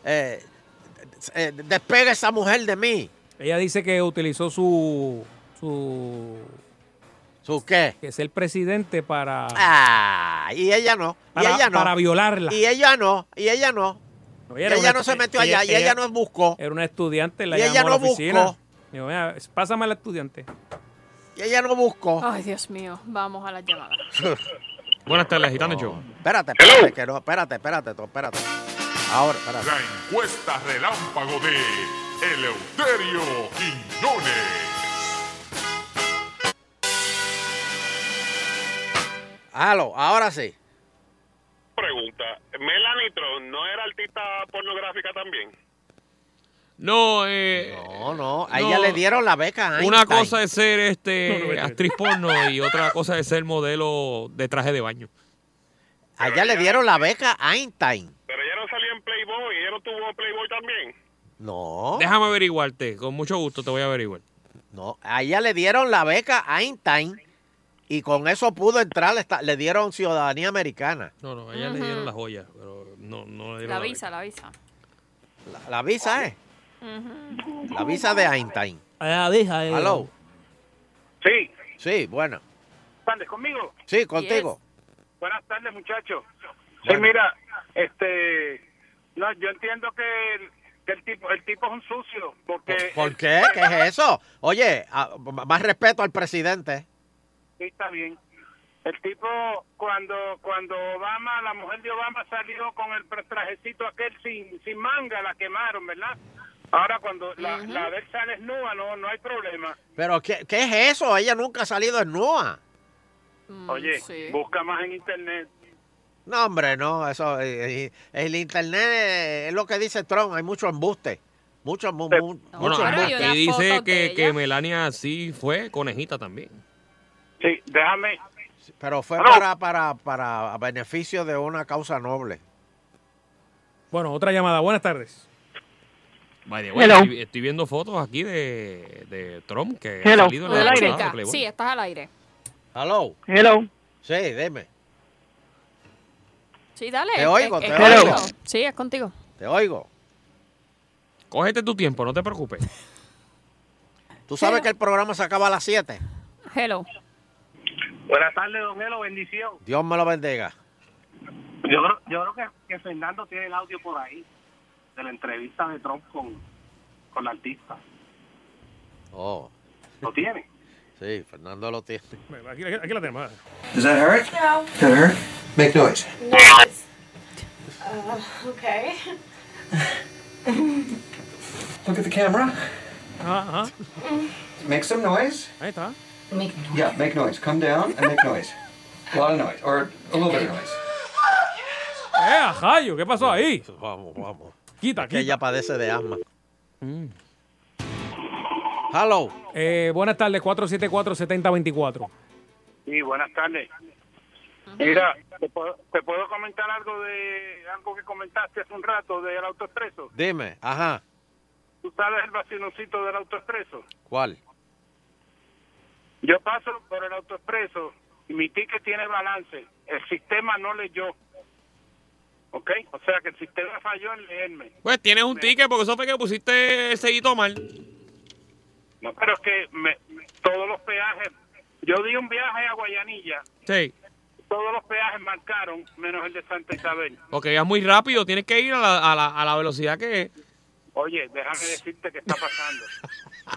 Speaker 5: Eh, eh, despega esa mujer de mí.
Speaker 4: Ella dice que utilizó su. su.
Speaker 5: ¿Su qué?
Speaker 4: que es el presidente para.
Speaker 5: Ah, y ella no.
Speaker 4: para,
Speaker 5: y ella no.
Speaker 4: para violarla.
Speaker 5: Y ella no, y ella no.
Speaker 4: No,
Speaker 5: Y
Speaker 4: era
Speaker 5: ella
Speaker 4: una-
Speaker 5: no se metió allá, y ella no buscó.
Speaker 4: Era una estudiante, la
Speaker 5: Y
Speaker 4: llamó
Speaker 5: ella
Speaker 4: a la
Speaker 5: no
Speaker 4: oficina.
Speaker 5: buscó.
Speaker 4: Digo, mira, pásame a la estudiante. Ah.
Speaker 5: Y ella no buscó.
Speaker 7: Ay, Dios mío, vamos a las llamadas.
Speaker 6: Buenas tardes, Gitano Show.
Speaker 5: Espérate, espérate, que no, espérate, espérate, to- espérate. Ahora, espérate.
Speaker 9: La encuesta relámpago de Eleuterio Quiñones.
Speaker 5: Aló, ahora sí.
Speaker 10: pregunta. Melanie Tron no era artista pornográfica también.
Speaker 6: No, eh,
Speaker 5: No, no, a
Speaker 6: No.
Speaker 5: ella le dieron la beca. a
Speaker 6: una
Speaker 5: Einstein.
Speaker 6: cosa es ser este
Speaker 4: No, no, no, no.
Speaker 6: actriz porno y otra cosa es ser modelo de traje de baño.
Speaker 5: A ella le dieron la beca a Einstein.
Speaker 10: Pero ella no salía en Playboy, ella no tuvo Playboy también.
Speaker 5: No,
Speaker 6: Déjame averiguarte, con mucho gusto te voy a averiguar.
Speaker 5: no, a ella le dieron la beca a Einstein y con eso pudo entrar, esta- le dieron ciudadanía americana.
Speaker 6: No, no, a ella le dieron la joya, pero No, no le dieron
Speaker 7: La visa, la visa.
Speaker 5: La, la visa, ¿eh? La visa de Einstein.
Speaker 11: La visa, eh.
Speaker 5: Hello.
Speaker 10: Sí.
Speaker 5: Sí, bueno.
Speaker 10: ¿Sandes conmigo?
Speaker 5: Sí, contigo.
Speaker 10: Buenas tardes, muchachos. Sí, mira, este, no, yo entiendo que el, que el tipo, el tipo es un sucio, porque
Speaker 5: ¿Por qué? ¿Qué es eso? Oye, a- más respeto al presidente.
Speaker 10: sí, está bien. El tipo, cuando, cuando Obama, la mujer de Obama salió con el pre- trajecito aquel sin, sin manga, la quemaron, ¿verdad? Ahora cuando la, la de él sale desnuda, no, no hay problema.
Speaker 5: Pero ¿qué, qué es eso? Ella nunca ha salido en NUA.
Speaker 10: Oye, busca más en internet.
Speaker 5: No, hombre, no, eso, eh, eh, el internet eh, es lo que dice Trump, hay mucho embuste, mucho, mu- mu-
Speaker 6: Bueno,
Speaker 5: mucho
Speaker 6: aquí
Speaker 5: embuste.
Speaker 6: dice que, que Melania sí fue conejita también.
Speaker 10: Sí, déjame.
Speaker 5: Pero fue
Speaker 6: Hello.
Speaker 5: para, para, para beneficio de una causa noble.
Speaker 4: Bueno, otra llamada. Buenas tardes.
Speaker 6: By the way,
Speaker 4: Hello.
Speaker 6: estoy, estoy viendo fotos aquí de, de Trump que
Speaker 12: Hello.
Speaker 6: ha salido en la
Speaker 12: Al aire.
Speaker 6: portada de Playboy.
Speaker 7: Sí, estás al aire.
Speaker 5: Hello.
Speaker 12: Hello.
Speaker 5: Sí, dime.
Speaker 7: Sí, dale.
Speaker 5: Te
Speaker 7: es-
Speaker 5: oigo,
Speaker 7: es-
Speaker 5: te
Speaker 7: es contigo.
Speaker 5: oigo.
Speaker 7: Sí, es contigo.
Speaker 5: Te oigo.
Speaker 6: Cógete tu tiempo, no te preocupes.
Speaker 5: Tú sabes que el programa se acaba a las 7.
Speaker 7: Hello.
Speaker 10: Buenas tardes, don Elo, bendición.
Speaker 5: Dios me lo bendiga.
Speaker 10: Yo creo, yo creo que, que Fernando tiene el audio por ahí de la entrevista de Trump con, con la artista.
Speaker 5: Oh.
Speaker 10: ¿Lo tiene?
Speaker 5: Sí, Fernando lo tiene.
Speaker 4: Aquí, aquí- aquí la tenemos. ah.
Speaker 13: Does that hurt?
Speaker 14: No.
Speaker 13: That hurt? Make noise.
Speaker 5: Ah,
Speaker 14: Uh, okay.
Speaker 13: Look at the camera.
Speaker 6: Uh-huh.
Speaker 4: Ajá,
Speaker 14: Mm.
Speaker 13: Make some noise.
Speaker 4: Ahí está.
Speaker 14: Make noise.
Speaker 13: Yeah, make noise. Come down and make noise. A lot of noise, or a little bit of noise.
Speaker 4: ¡Eh, ajayo! ¿Qué pasó ahí?
Speaker 5: Vamos, vamos.
Speaker 4: Quita,
Speaker 5: Que ella padece de asma.
Speaker 6: Mm.
Speaker 5: Hello.
Speaker 4: Eh, buenas tardes, 474-7024.
Speaker 10: Sí, buenas tardes. Mira, ¿te puedo, te puedo comentar algo de algo que comentaste hace un rato del autoexpreso?
Speaker 5: Dime, ajá,
Speaker 10: ¿Tú sabes el vaciloncito del autoexpreso?
Speaker 5: ¿cuál?
Speaker 10: Yo paso por el autoexpreso y mi ticket tiene balance. El sistema no leyó. ¿Ok? O sea que el sistema falló en leerme.
Speaker 6: Pues tienes un ticket porque eso fue que pusiste el sellito mal.
Speaker 10: No, pero es que me- me- todos los peajes... Yo di un viaje a Guayanilla,
Speaker 6: Sí.
Speaker 10: todos los peajes marcaron, menos el de Santa Isabel.
Speaker 6: Porque es muy rápido, tienes que ir a la, a la, a la velocidad que es.
Speaker 10: Oye, déjame decirte qué está pasando.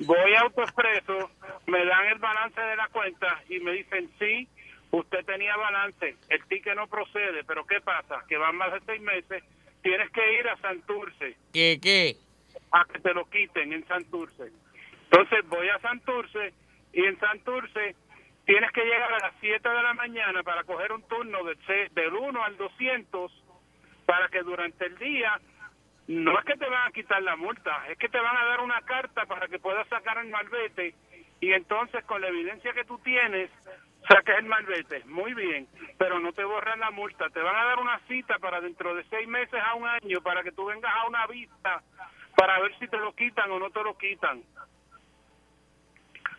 Speaker 10: Voy a autoexpreso, me dan el balance de la cuenta y me dicen, sí, usted tenía balance, el ticket no procede, pero ¿qué pasa? Que van más de seis meses, tienes que ir a Santurce
Speaker 6: ¿Qué, qué?
Speaker 10: a que te lo quiten en Santurce. Entonces voy a Santurce y en Santurce tienes que llegar a las 7 de la mañana para coger un turno del, se- del 1 al 200 para que durante el día no es que te van a quitar la multa, es que te van a dar una carta para que puedas sacar el malvete y entonces con la evidencia que tú tienes saques el malvete. Muy bien, pero no te borran la multa. Te van a dar una cita para dentro de seis meses a un año para que tú vengas a una vista para ver si te lo quitan o no te lo quitan.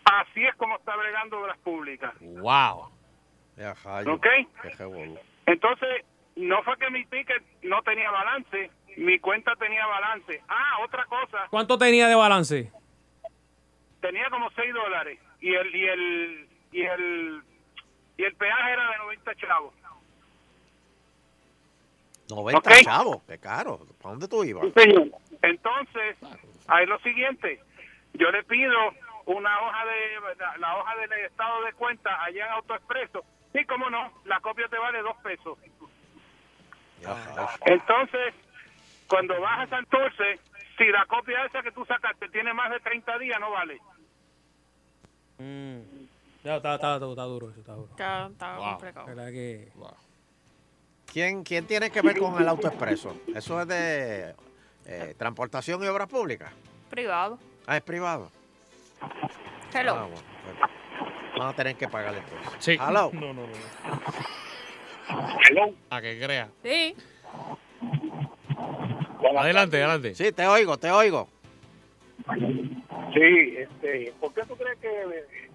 Speaker 10: Así es como está bregando obras públicas.
Speaker 6: ¡Wow!
Speaker 10: ¿Ok? Entonces, no fue que mi ticket no tenía balance, mi cuenta tenía balance. Ah, otra cosa,
Speaker 4: ¿Cuánto tenía de balance?
Speaker 10: tenía como 6 dólares y el y el y el y el peaje era de 90 chavos.
Speaker 5: 90
Speaker 10: Ok.
Speaker 5: chavos, qué caro. ¿Para dónde tú ibas?
Speaker 10: Entonces, ahí lo siguiente, yo le pido una hoja de la, la hoja del estado de cuenta allá en AutoExpreso. Sí, cómo no, la copia te vale dos pesos. Entonces, cuando vas a Santurce, si la copia esa que tú sacaste tiene más de 30 días, no vale.
Speaker 4: Mm. Ya, está, está, está, está duro eso, está duro.
Speaker 7: Está, está
Speaker 5: Wow.
Speaker 7: complicado.
Speaker 4: ¿Verdad que- Ah,
Speaker 5: ¿Quién, ¿Quién tiene que ver con el autoexpreso? Eso es de eh, transportación y obras públicas.
Speaker 7: Privado.
Speaker 5: Ah, es privado.
Speaker 7: Hello.
Speaker 5: Ah, bueno, pues, Vamos a tener que pagarle después.
Speaker 6: Sí.
Speaker 5: Hello.
Speaker 6: No, no, no. A que crea.
Speaker 7: Sí.
Speaker 6: Adelante, adelante.
Speaker 5: Sí, te oigo, te oigo.
Speaker 10: Sí, este, ¿por qué tú crees que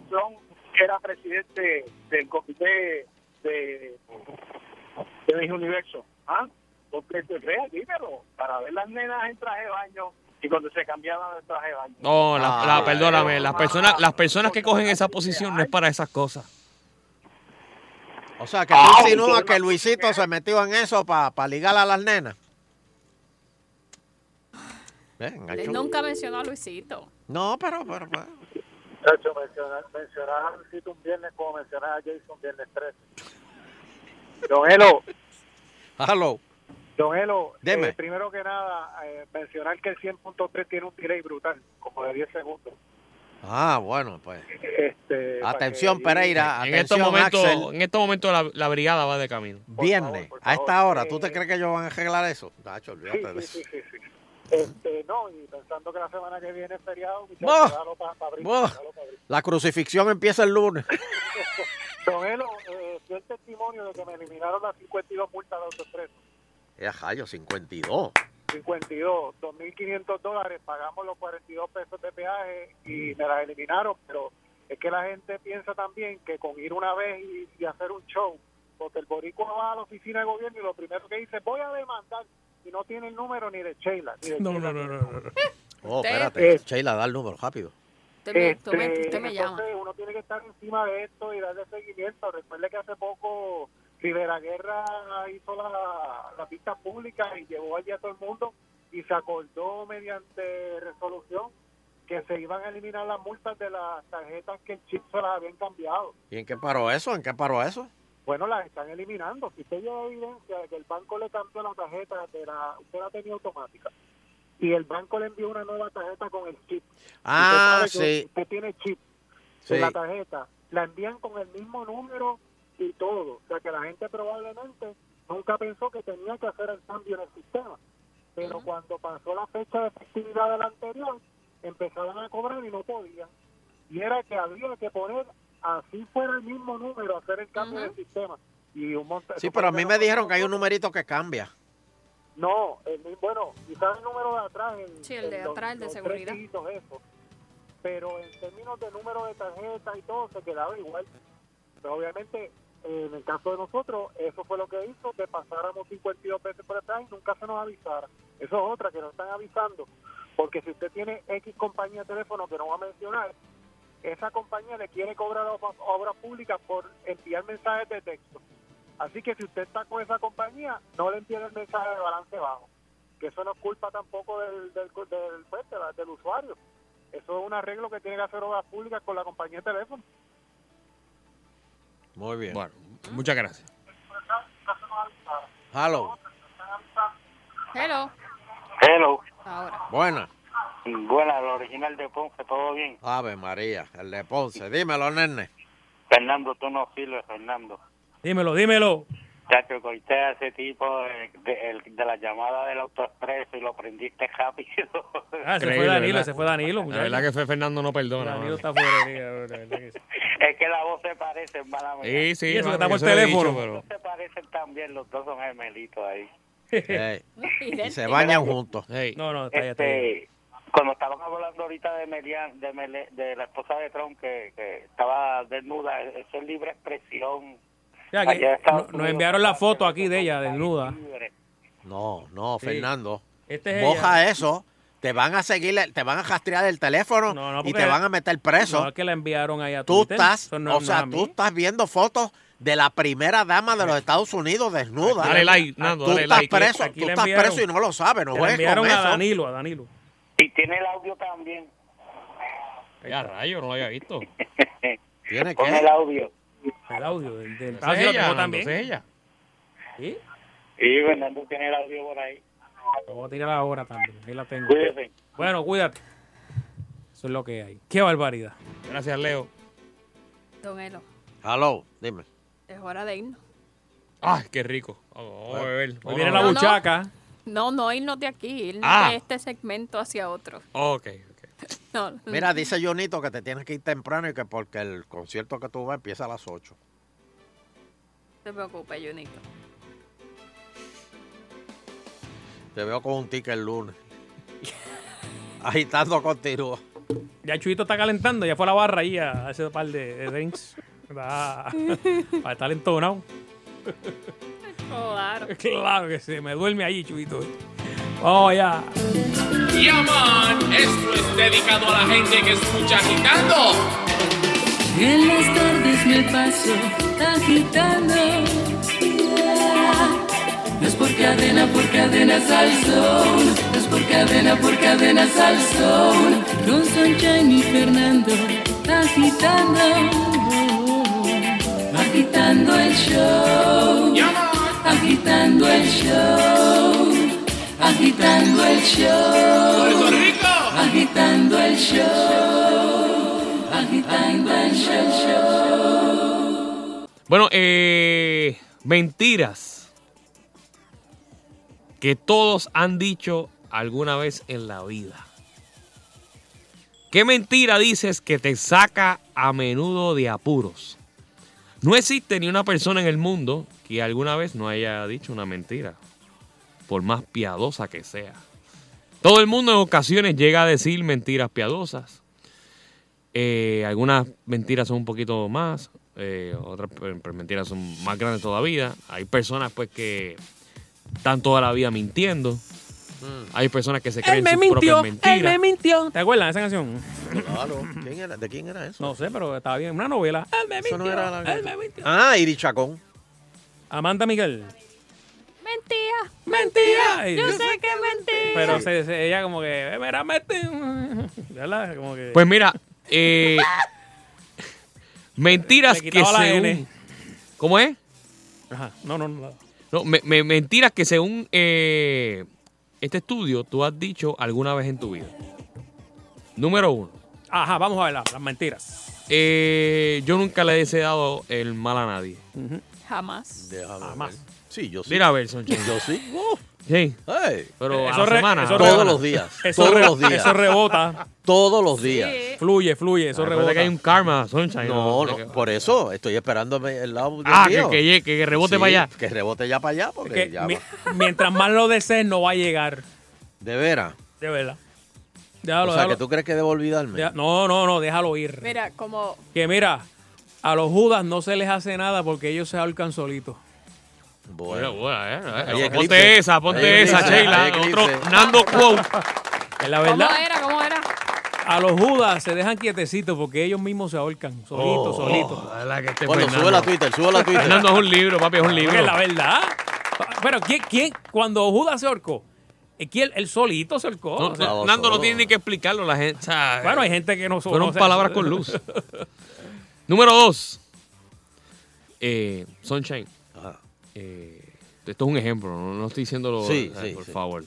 Speaker 10: Trump era presidente del comité de, de Miss Universo? ¿Ah? porque se ve así, pero para ver las nenas en traje de baño y cuando se cambiaban de traje de baño.
Speaker 6: No, la, la-
Speaker 10: Ah,
Speaker 6: perdóname,
Speaker 10: bueno.
Speaker 6: las personas, las personas que cogen esa posición no es para esas cosas.
Speaker 5: O sea, que tú
Speaker 6: Ah,
Speaker 5: insinúas
Speaker 6: entonces-
Speaker 5: que Luisito se metió en eso para ligar a las nenas. Eh, enganchó.
Speaker 7: Él nunca mencionó a Luisito.
Speaker 5: No, pero, pero, pues, pero.
Speaker 11: Chacho, mencionar, mencionar a Luisito un viernes como mencionar a Jason viernes 13. Don Elo.
Speaker 5: Hello.
Speaker 11: Don Elo,
Speaker 5: Deme.
Speaker 11: eh, primero que nada, eh, mencionar que el 100.3 tiene un delay brutal, como de 10 segundos.
Speaker 5: Ah, bueno, pues.
Speaker 11: Este, para
Speaker 5: Atención,
Speaker 11: que-
Speaker 5: Pereira.
Speaker 6: En
Speaker 5: Atención,
Speaker 6: estos momentos,
Speaker 5: Axel.
Speaker 6: en este estos momentos la, la brigada va de camino.
Speaker 5: Viernes, a esta hora, ¿tú te crees que ellos van a arreglar eso? Nacho, olvídate de eso.
Speaker 11: eh, Sí, sí, sí. Pues Este, no, y pensando que la semana que viene es feriado,
Speaker 5: Buah.
Speaker 11: muchachos, dalo para abrir.
Speaker 5: Buah.
Speaker 11: dalo pa' abrir.
Speaker 5: La crucifixión empieza el lunes.
Speaker 11: Don Elo, eh, dio el testimonio de que me eliminaron las 52 multas de autoexpreso.
Speaker 5: Ya, Jayo, 52.
Speaker 11: 52, 2.500 dólares, pagamos los 42 pesos de peaje y me las eliminaron, pero es que la gente piensa también que con ir una vez y, y hacer un show, porque el boricua va a la oficina de gobierno y lo primero que dice, voy a demandar, y no tiene el número ni de Sheila. Ni de
Speaker 4: No,
Speaker 11: Sheila.
Speaker 4: no, no, no. no.
Speaker 5: Oh,
Speaker 11: Usted-
Speaker 5: espérate. Sheila, da el número rápido.
Speaker 11: Este, entonces uno tiene que estar encima de esto y darle seguimiento. Recuerde que hace poco Rivera Guerra hizo la, la pista pública y llevó allí a todo el mundo y se acordó mediante resolución que se iban a eliminar las multas de las tarjetas que el chip se las habían cambiado.
Speaker 5: ¿Y en qué paró eso? ¿En qué paró eso?
Speaker 11: Bueno, las están eliminando. Si usted lleva evidencia de que el banco le cambió la tarjeta, de la, usted la tenía automática. Y el banco le envió una nueva tarjeta con el chip.
Speaker 5: Ah,
Speaker 11: Usted sabe que
Speaker 5: sí.
Speaker 11: Usted tiene chip
Speaker 5: Sí.
Speaker 11: en la tarjeta. La envían con el mismo número y todo. O sea que la gente probablemente nunca pensó que tenía que hacer el cambio en el sistema. Pero cuando pasó la fecha de efectividad del anterior, empezaron a cobrar y no podían. Y era que había que poner, así fuera el mismo número, hacer el cambio del sistema. Y un montón,
Speaker 5: Sí, pero a mí me dijeron que hay un numerito que cambia.
Speaker 11: No, el mi- bueno, quizás el número de atrás. El,
Speaker 7: Sí, el de atrás, el de
Speaker 11: los tres
Speaker 7: seguridad.
Speaker 11: dígitos, eso. Pero en términos de número de tarjeta y todo, se quedaba igual. Pero obviamente, eh, en el caso de nosotros, eso fue lo que hizo, que pasáramos 52 veces por atrás y nunca se nos avisara. Eso es otra, que nos están avisando. Porque si usted tiene X compañía de teléfono que no va a mencionar, esa compañía le quiere cobrar a obra- obras públicas por enviar mensajes de texto. Así que si usted está con esa compañía, no le envíe el mensaje de balance bajo. Que eso no es culpa tampoco del, del, del, pues, de la- del usuario. Eso es un arreglo que tiene que hacer obras públicas con la compañía de teléfono.
Speaker 5: Muy bien.
Speaker 6: Bueno, muchas gracias.
Speaker 5: Hello.
Speaker 7: Hello.
Speaker 12: Hello.
Speaker 7: Ahora.
Speaker 5: Buena.
Speaker 12: Buena, el original de Ponce, todo bien.
Speaker 5: Ave María, el de Ponce. Dímelo, nene.
Speaker 12: Fernando, tú no sirves, Fernando.
Speaker 4: Dímelo, dímelo.
Speaker 12: Chacho, cogiste a ese tipo de, de- el- de la llamada del autoexpreso y lo prendiste rápido.
Speaker 4: Ah, se fue
Speaker 6: Increíble,
Speaker 4: Danilo,
Speaker 6: ¿verdad?
Speaker 4: se fue Danilo.
Speaker 6: La verdad que fue Fernando no perdona.
Speaker 4: Danilo
Speaker 6: mano.
Speaker 4: está fuera de liga, bro, la verdad que sí.
Speaker 12: es que la voz se parece, hermana mía.
Speaker 6: Sí, sí,
Speaker 4: Y eso que
Speaker 6: mano,
Speaker 4: está por
Speaker 6: lo he
Speaker 4: teléfono.
Speaker 6: pero-
Speaker 12: Se parecen también, los dos son gemelitos ahí.
Speaker 5: Ey, y se bañan juntos.
Speaker 4: No, no,
Speaker 12: Este, cuando estaban hablando ahorita de Melian, de, Mele- de la esposa de Trump que, que estaba desnuda, eso es libre expresión.
Speaker 4: Ya que
Speaker 12: Allá en Estados
Speaker 4: no- nos
Speaker 12: Unidos,
Speaker 4: enviaron la foto aquí de ella, desnuda.
Speaker 5: No, no,
Speaker 4: Sí.
Speaker 5: Fernando.
Speaker 4: Este es
Speaker 5: Boja
Speaker 4: ella.
Speaker 5: eso. Te van a seguir, te van a rastrear el teléfono
Speaker 4: No, no,
Speaker 5: y
Speaker 4: porque-
Speaker 5: te van a meter preso.
Speaker 4: No, es que la enviaron ahí a
Speaker 5: tú
Speaker 4: Twitter.
Speaker 5: estás,
Speaker 4: Eso no-
Speaker 5: o
Speaker 4: no
Speaker 5: sea,
Speaker 4: a mí.
Speaker 5: tú estás viendo fotos de la primera dama de los Estados Unidos desnuda.
Speaker 4: Dale like, Nando,
Speaker 5: tú
Speaker 4: dale
Speaker 5: estás
Speaker 4: like.
Speaker 5: preso,
Speaker 4: Aquí
Speaker 5: tú
Speaker 4: le
Speaker 5: estás
Speaker 4: enviaron-
Speaker 5: preso y no lo sabes, no
Speaker 4: Se la
Speaker 5: juegues con
Speaker 4: enviaron a
Speaker 5: eso.
Speaker 4: Danilo, a Danilo.
Speaker 12: Y tiene el audio también.
Speaker 6: Este, Ya, rayo, no lo había visto.
Speaker 5: ¿Tiene
Speaker 12: Pon el audio.
Speaker 4: El audio del, del
Speaker 6: Esa es
Speaker 4: Ah, lo
Speaker 6: ella,
Speaker 4: tengo
Speaker 6: Nando,
Speaker 4: también.
Speaker 6: esa es ella.
Speaker 4: Sí,
Speaker 12: Y Fernando tiene el audio por ahí.
Speaker 4: lo voy a tirar ahora también. Ahí la tengo.
Speaker 12: Cuídese.
Speaker 4: Bueno, cuídate. Eso es lo que hay. Qué barbaridad.
Speaker 6: Gracias, Leo.
Speaker 7: Don Elo,
Speaker 5: Hello, dime.
Speaker 7: es hora de irnos.
Speaker 6: ¡Ay, qué rico! Oh, Vamos a beber.
Speaker 4: Hoy viene la
Speaker 7: No, no.
Speaker 4: buchaca.
Speaker 7: No, no irnos de aquí, irnos
Speaker 5: Ah.
Speaker 7: de este segmento hacia otro.
Speaker 6: Ok.
Speaker 7: No,
Speaker 5: Mira, dice Jonito que te tienes que ir temprano y que porque el concierto que tú vas empieza a las 8.
Speaker 7: No te preocupes, Junito.
Speaker 5: Te veo con un ticket el lunes. Agitando continúa.
Speaker 4: Ya Chuito está calentando. Ya fue a la barra ahí a hacer Ah, un par de, de drinks. Va- Para estar entonado.
Speaker 7: Claro.
Speaker 4: Claro que sí, me duerme allí, chubito. Vamos allá.
Speaker 14: Yaman, esto es dedicado a la gente que escucha agitando.
Speaker 2: En las tardes me paso agitando. No es por cadena, por cadenas al sol. No es por cadena, por cadenas al sol. Con Sunshine y Fernando agitando. Agitando el show. Agitando el show. Agitando el show. Puerto Rico. Agitando el show. Agitando el show.
Speaker 6: Bueno, eh, mentiras que todos han dicho alguna vez en la vida. ¿Qué mentira dices que te saca a menudo de apuros? No existe ni una persona en el mundo que alguna vez no haya dicho una mentira, por más piadosa que sea. Todo el mundo en ocasiones llega a decir mentiras piadosas, eh, algunas mentiras son un poquito más, eh, otras pues, mentiras son más grandes todavía. Hay personas pues que están toda la vida mintiendo.
Speaker 5: Mm.
Speaker 6: Hay personas que se creen sus propias mentiras.
Speaker 4: mintió. ¿Te acuerdas de esa canción?
Speaker 5: Claro. ¿Quién era? ¿De quién era eso?
Speaker 4: No sé, pero estaba bien. Una novela. Él me mintió.
Speaker 5: Eso no era la-
Speaker 4: Él me mintió.
Speaker 5: Ah, Iri Chacón.
Speaker 4: Amanda Miguel.
Speaker 7: Mentira.
Speaker 4: Mentira.
Speaker 7: Yo sé que es mentira.
Speaker 4: Pero se- se- ella como que, eh, mira, mete. ¿Verdad? Como que...
Speaker 6: Pues mira, eh, mentiras
Speaker 4: Le
Speaker 6: que
Speaker 4: quitaba la
Speaker 6: según...
Speaker 4: N.
Speaker 6: ¿Cómo es?
Speaker 4: Ajá. No, no, no.
Speaker 6: No, me- me- mentiras que según eh, este estudio tú has dicho alguna vez en tu vida. Número uno.
Speaker 4: Ajá, vamos a ver la- las mentiras.
Speaker 6: Eh, yo nunca le he deseado el mal a nadie.
Speaker 7: Jamás.
Speaker 4: Jamás.
Speaker 5: Sí, yo sí.
Speaker 6: Mira, Belson.
Speaker 5: Yo sí. Uh,
Speaker 6: Sí.
Speaker 5: hey.
Speaker 6: Pero a
Speaker 4: Eso
Speaker 6: la
Speaker 4: re-
Speaker 6: semana.
Speaker 4: eso
Speaker 6: a la
Speaker 4: re-
Speaker 5: Todos
Speaker 6: semana.
Speaker 5: los días.
Speaker 4: Eso
Speaker 5: todos
Speaker 4: re-
Speaker 5: los días.
Speaker 4: Eso rebota.
Speaker 5: Todos los días.
Speaker 4: Fluye, fluye. Eso
Speaker 6: Recuerda
Speaker 4: rebota.
Speaker 6: Ah, que hay un karma, Sunshine.
Speaker 5: No, no, por eso estoy esperándome el lado de
Speaker 6: Ah,
Speaker 5: mío.
Speaker 6: que, que, llegue, que rebote
Speaker 5: Sí,
Speaker 6: para allá.
Speaker 5: Que rebote ya para allá, porque
Speaker 4: Que
Speaker 5: ya
Speaker 4: mi-
Speaker 5: va.
Speaker 4: mientras más lo desees, no va a llegar.
Speaker 5: De veras.
Speaker 4: De verdad.
Speaker 5: O
Speaker 4: Déjalo,
Speaker 5: sea, que
Speaker 4: déjalo.
Speaker 5: tú crees que debo olvidarme.
Speaker 4: Deja- no, no, no, déjalo ir.
Speaker 7: Mira, como
Speaker 4: Que mira, a los Judas no se les hace nada porque ellos se ahorcan solitos.
Speaker 6: Bueno, bueno, eh,
Speaker 5: Hay
Speaker 6: eh,
Speaker 5: eclipse.
Speaker 6: Ponte esa, ponte
Speaker 5: Hay
Speaker 6: esa,
Speaker 5: eclipse,
Speaker 6: Sheila.
Speaker 5: hay eclipse.
Speaker 6: Otro Nando quote.
Speaker 4: Es la
Speaker 7: ¿Cómo
Speaker 4: verdad.
Speaker 7: era? ¿Cómo era?
Speaker 4: A los Judas se dejan quietecitos porque ellos mismos se ahorcan solitos,
Speaker 6: Oh,
Speaker 4: solitos.
Speaker 6: oh, la verdad que este
Speaker 5: Bueno,
Speaker 6: Fernando.
Speaker 5: sube la Twitter, sube la Twitter.
Speaker 6: Fernando es un libro, papi, es un
Speaker 4: Porque
Speaker 6: libro.
Speaker 4: es la verdad. Pero ¿quién, quién, cuando Judas se ahorcó, eh, ¿quién, él solito se ahorcó.
Speaker 6: No,
Speaker 4: O sea,
Speaker 6: no, Nando no tiene ni que explicarlo, la gente. o sea,
Speaker 4: bueno, hay gente que no so-
Speaker 6: Fueron
Speaker 4: no sé-
Speaker 6: palabras con luz. Número dos. Eh, Sunshine. Eh, esto es un ejemplo, no, no estoy diciéndolo.
Speaker 5: Sí,
Speaker 6: ay,
Speaker 5: sí,
Speaker 6: por
Speaker 5: sí.
Speaker 6: favor.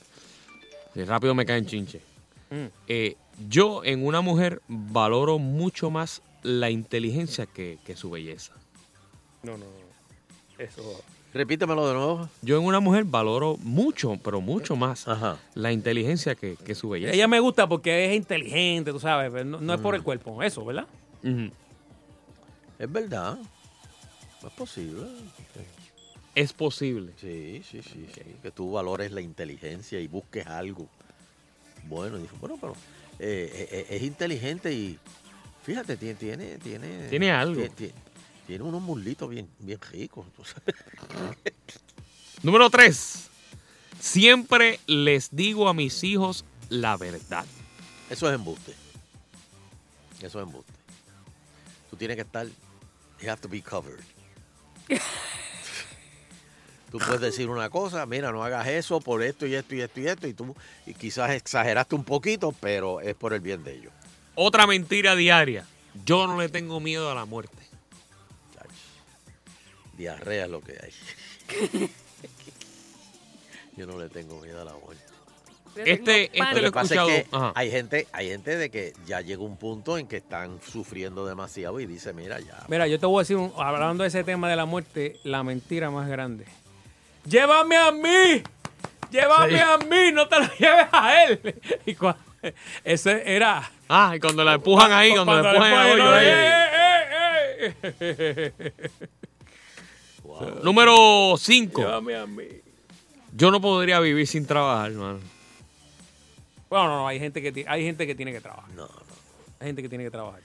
Speaker 6: Sí, rápido me caen chinche.
Speaker 4: Mm.
Speaker 6: Eh, yo en una mujer valoro mucho más la inteligencia que, que su belleza.
Speaker 4: No, no, no. Eso.
Speaker 5: Repítemelo de nuevo.
Speaker 6: Yo en una mujer valoro mucho, pero mucho más la inteligencia que, que su belleza.
Speaker 4: Ella me gusta porque es inteligente, tú sabes, pero no, no es por el cuerpo, eso, ¿verdad?
Speaker 6: Ujú.
Speaker 5: Es verdad. No es posible.
Speaker 6: Es posible.
Speaker 5: Sí, sí, sí, sí. Que tú valores la inteligencia y busques algo. Bueno, dijo, bueno, pero eh, eh, es inteligente y fíjate, tiene, tiene, tiene.
Speaker 6: Tiene algo.
Speaker 5: tie- tie- Tiene, unos muslitos bien, bien ricos. tú sabes.
Speaker 6: Número 3. Siempre les digo a mis hijos la verdad.
Speaker 5: Eso es embuste. Eso es embuste. Tú tienes que estar. You have to be covered. tú puedes decir una cosa, mira, no hagas eso por esto y esto y esto y esto. Y tú y quizás exageraste un poquito, pero es por el bien de ellos.
Speaker 6: Otra mentira diaria. Yo no le tengo miedo a la muerte.
Speaker 5: Diarrea es lo que hay. Yo no le tengo miedo a la muerte.
Speaker 6: Este, este
Speaker 5: Lo
Speaker 6: lo he
Speaker 5: que pasa
Speaker 6: escuchado.
Speaker 5: es que
Speaker 6: Ajá.
Speaker 5: hay gente, hay gente de que ya llega un punto en que están sufriendo demasiado y dice, mira, ya.
Speaker 4: Mira, yo te voy a decir, un- hablando de ese tema de la muerte, la mentira más grande. ¡Llévame a mí! ¡Llévame
Speaker 6: Sí.
Speaker 4: a mí! ¡No te lo lleves a él! Y cua- ese era...
Speaker 6: Ah, y cuando la empujan ahí, cuando, la
Speaker 4: le
Speaker 6: empujan ahí.
Speaker 4: ponen, ¡eh,
Speaker 6: oye,
Speaker 4: eh, eh!
Speaker 6: oye. Número 5.
Speaker 4: Llévame a mí.
Speaker 6: Yo no podría vivir sin trabajar, hermano.
Speaker 4: Bueno, no, no, hay gente que, ti- hay gente que tiene que trabajar.
Speaker 5: No,
Speaker 4: Hay gente que tiene que trabajar.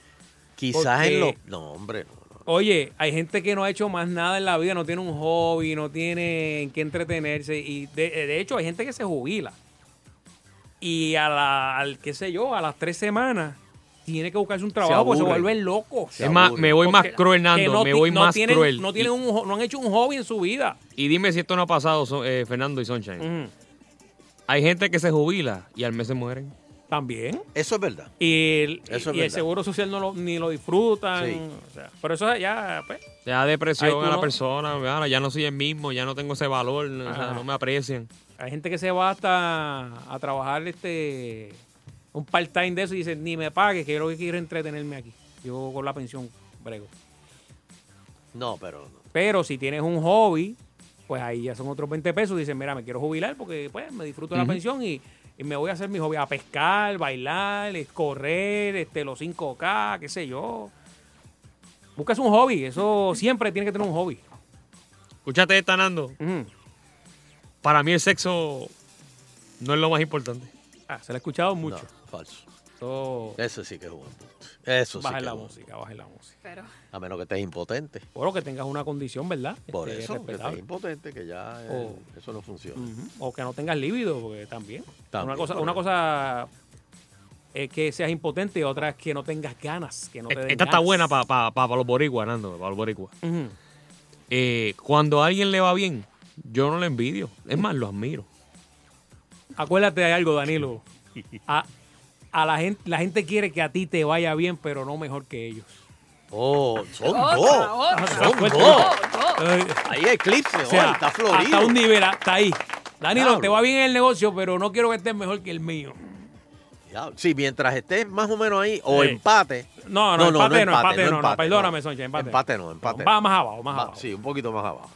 Speaker 5: Quizás
Speaker 4: Porque-
Speaker 5: en lo. No, hombre, no, no.
Speaker 4: Oye, hay gente que no ha hecho más nada en la vida, no tiene un hobby, no tiene en qué entretenerse. Y de, de hecho, hay gente que se jubila. Y a la, al, qué sé yo, a las tres semanas tiene que buscarse un trabajo porque se
Speaker 6: aburren.
Speaker 4: vuelven locos.
Speaker 6: Es más, me voy más
Speaker 4: Porque-
Speaker 6: cruel, Nando,
Speaker 4: que
Speaker 6: me
Speaker 4: ti-
Speaker 6: voy más
Speaker 4: tienen-
Speaker 6: cruel.
Speaker 4: No, tienen
Speaker 6: Y-
Speaker 4: un jo- no han hecho un hobby en su vida.
Speaker 6: Y dime si esto no ha pasado, so- eh, Fernando y Sunshine. Hay gente que se jubila y al mes se mueren.
Speaker 4: También.
Speaker 5: Eso es verdad.
Speaker 4: Y el,
Speaker 6: Eso es
Speaker 4: y el
Speaker 6: verdad.
Speaker 4: seguro social no lo, ni lo disfrutan.
Speaker 6: Sí.
Speaker 4: o sea, pero eso ya, pues.
Speaker 6: Le da depresión
Speaker 4: Ay, tú
Speaker 6: a la
Speaker 4: no.
Speaker 6: persona, ¿verdad? ya no soy el mismo, ya no tengo ese valor, no, o sea,
Speaker 4: Ajá.
Speaker 6: no me aprecian.
Speaker 4: Hay gente que se va hasta a trabajar este un part-time de eso y dice, ni me pague, que yo lo que quiero es entretenerme aquí. Yo con la pensión brego.
Speaker 5: No, pero
Speaker 4: Pero si tienes un hobby, pues ahí ya son otros 20 pesos. Dicen, mira, me quiero jubilar porque pues me disfruto la
Speaker 6: Ujú.
Speaker 4: pensión y, y me voy a hacer mi hobby a pescar, bailar, es correr, este, los 5K, qué sé yo. Buscas un hobby, eso siempre tienes que tener un hobby.
Speaker 6: Escúchate esta, Nando. Para mí el sexo no es lo más importante.
Speaker 4: Ah, se lo he escuchado mucho.
Speaker 5: falso.
Speaker 4: Eso,
Speaker 5: Eso sí que es un Eso sí.
Speaker 4: Baja
Speaker 5: que
Speaker 4: la
Speaker 5: es un-
Speaker 4: música, baja la música.
Speaker 7: Pero
Speaker 5: A menos que estés impotente.
Speaker 4: Por lo que tengas una condición, ¿verdad?
Speaker 5: Por
Speaker 4: Este,
Speaker 5: eso, que estés
Speaker 4: respetable. Oh.
Speaker 5: impotente, que ya eh,
Speaker 4: O-
Speaker 5: eso no funciona.
Speaker 4: Ujú. O que no tengas líbido, porque también.
Speaker 5: También,
Speaker 4: una cosa,
Speaker 5: por
Speaker 4: una
Speaker 5: eso.
Speaker 4: cosa es que seas impotente y otra es que no tengas ganas, que no te
Speaker 6: Esta
Speaker 4: den
Speaker 6: está
Speaker 4: ganas.
Speaker 6: buena para los boricuas, Nando, para los boricuas.
Speaker 4: Ujú.
Speaker 6: Eh, cuando a alguien le va bien, yo no le envidio. Es más, lo admiro.
Speaker 4: Acuérdate de algo, Danilo. A, a la gente, la gente quiere que a ti te vaya bien, pero no mejor que ellos.
Speaker 5: Oh, son
Speaker 4: Otra,
Speaker 5: dos.
Speaker 4: otra.
Speaker 5: Son
Speaker 4: Fuerte.
Speaker 5: dos.
Speaker 4: Ay.
Speaker 5: Ahí eclipse,
Speaker 4: O sea,
Speaker 5: hoy, está florido.
Speaker 4: Hasta un nivel, hasta ahí. Danilo,
Speaker 5: Diablo.
Speaker 4: te va bien en el negocio, pero no quiero que estés mejor que el mío.
Speaker 5: Diablo. Sí, mientras estés más o menos ahí, o
Speaker 4: Sí.
Speaker 5: empate.
Speaker 4: No, no, empate no, empate no, no, perdóname, Sonche, empate.
Speaker 5: Empate no, empate.
Speaker 4: Va
Speaker 5: no.
Speaker 4: más abajo, más
Speaker 5: Va-
Speaker 4: abajo.
Speaker 5: Sí, un poquito más abajo.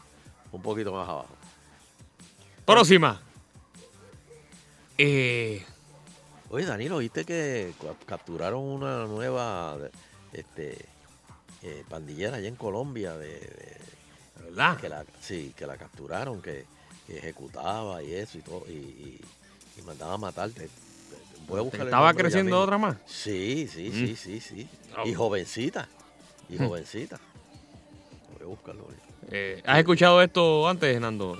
Speaker 5: Un poquito más abajo.
Speaker 6: Próxima. Eh,
Speaker 5: Oye, Danilo, ¿viste que ca- capturaron una nueva este, eh, pandillera allá en Colombia? De, de-
Speaker 6: ¿Verdad?
Speaker 5: Que la, sí, que la capturaron, que, que ejecutaba y eso y todo, y, y- y mandaba a matarte. Voy a buscar el
Speaker 6: ¿Estaba
Speaker 5: nombre ya
Speaker 6: creciendo
Speaker 5: mismo.
Speaker 6: otra más?
Speaker 5: Sí, sí,
Speaker 6: Mm.
Speaker 5: sí, sí, sí. Y
Speaker 6: Oh.
Speaker 5: jovencita. Y
Speaker 6: Hmm.
Speaker 5: jovencita. Voy a buscarlo. ahorita.
Speaker 6: eh, ¿Has escuchado esto antes, Nando?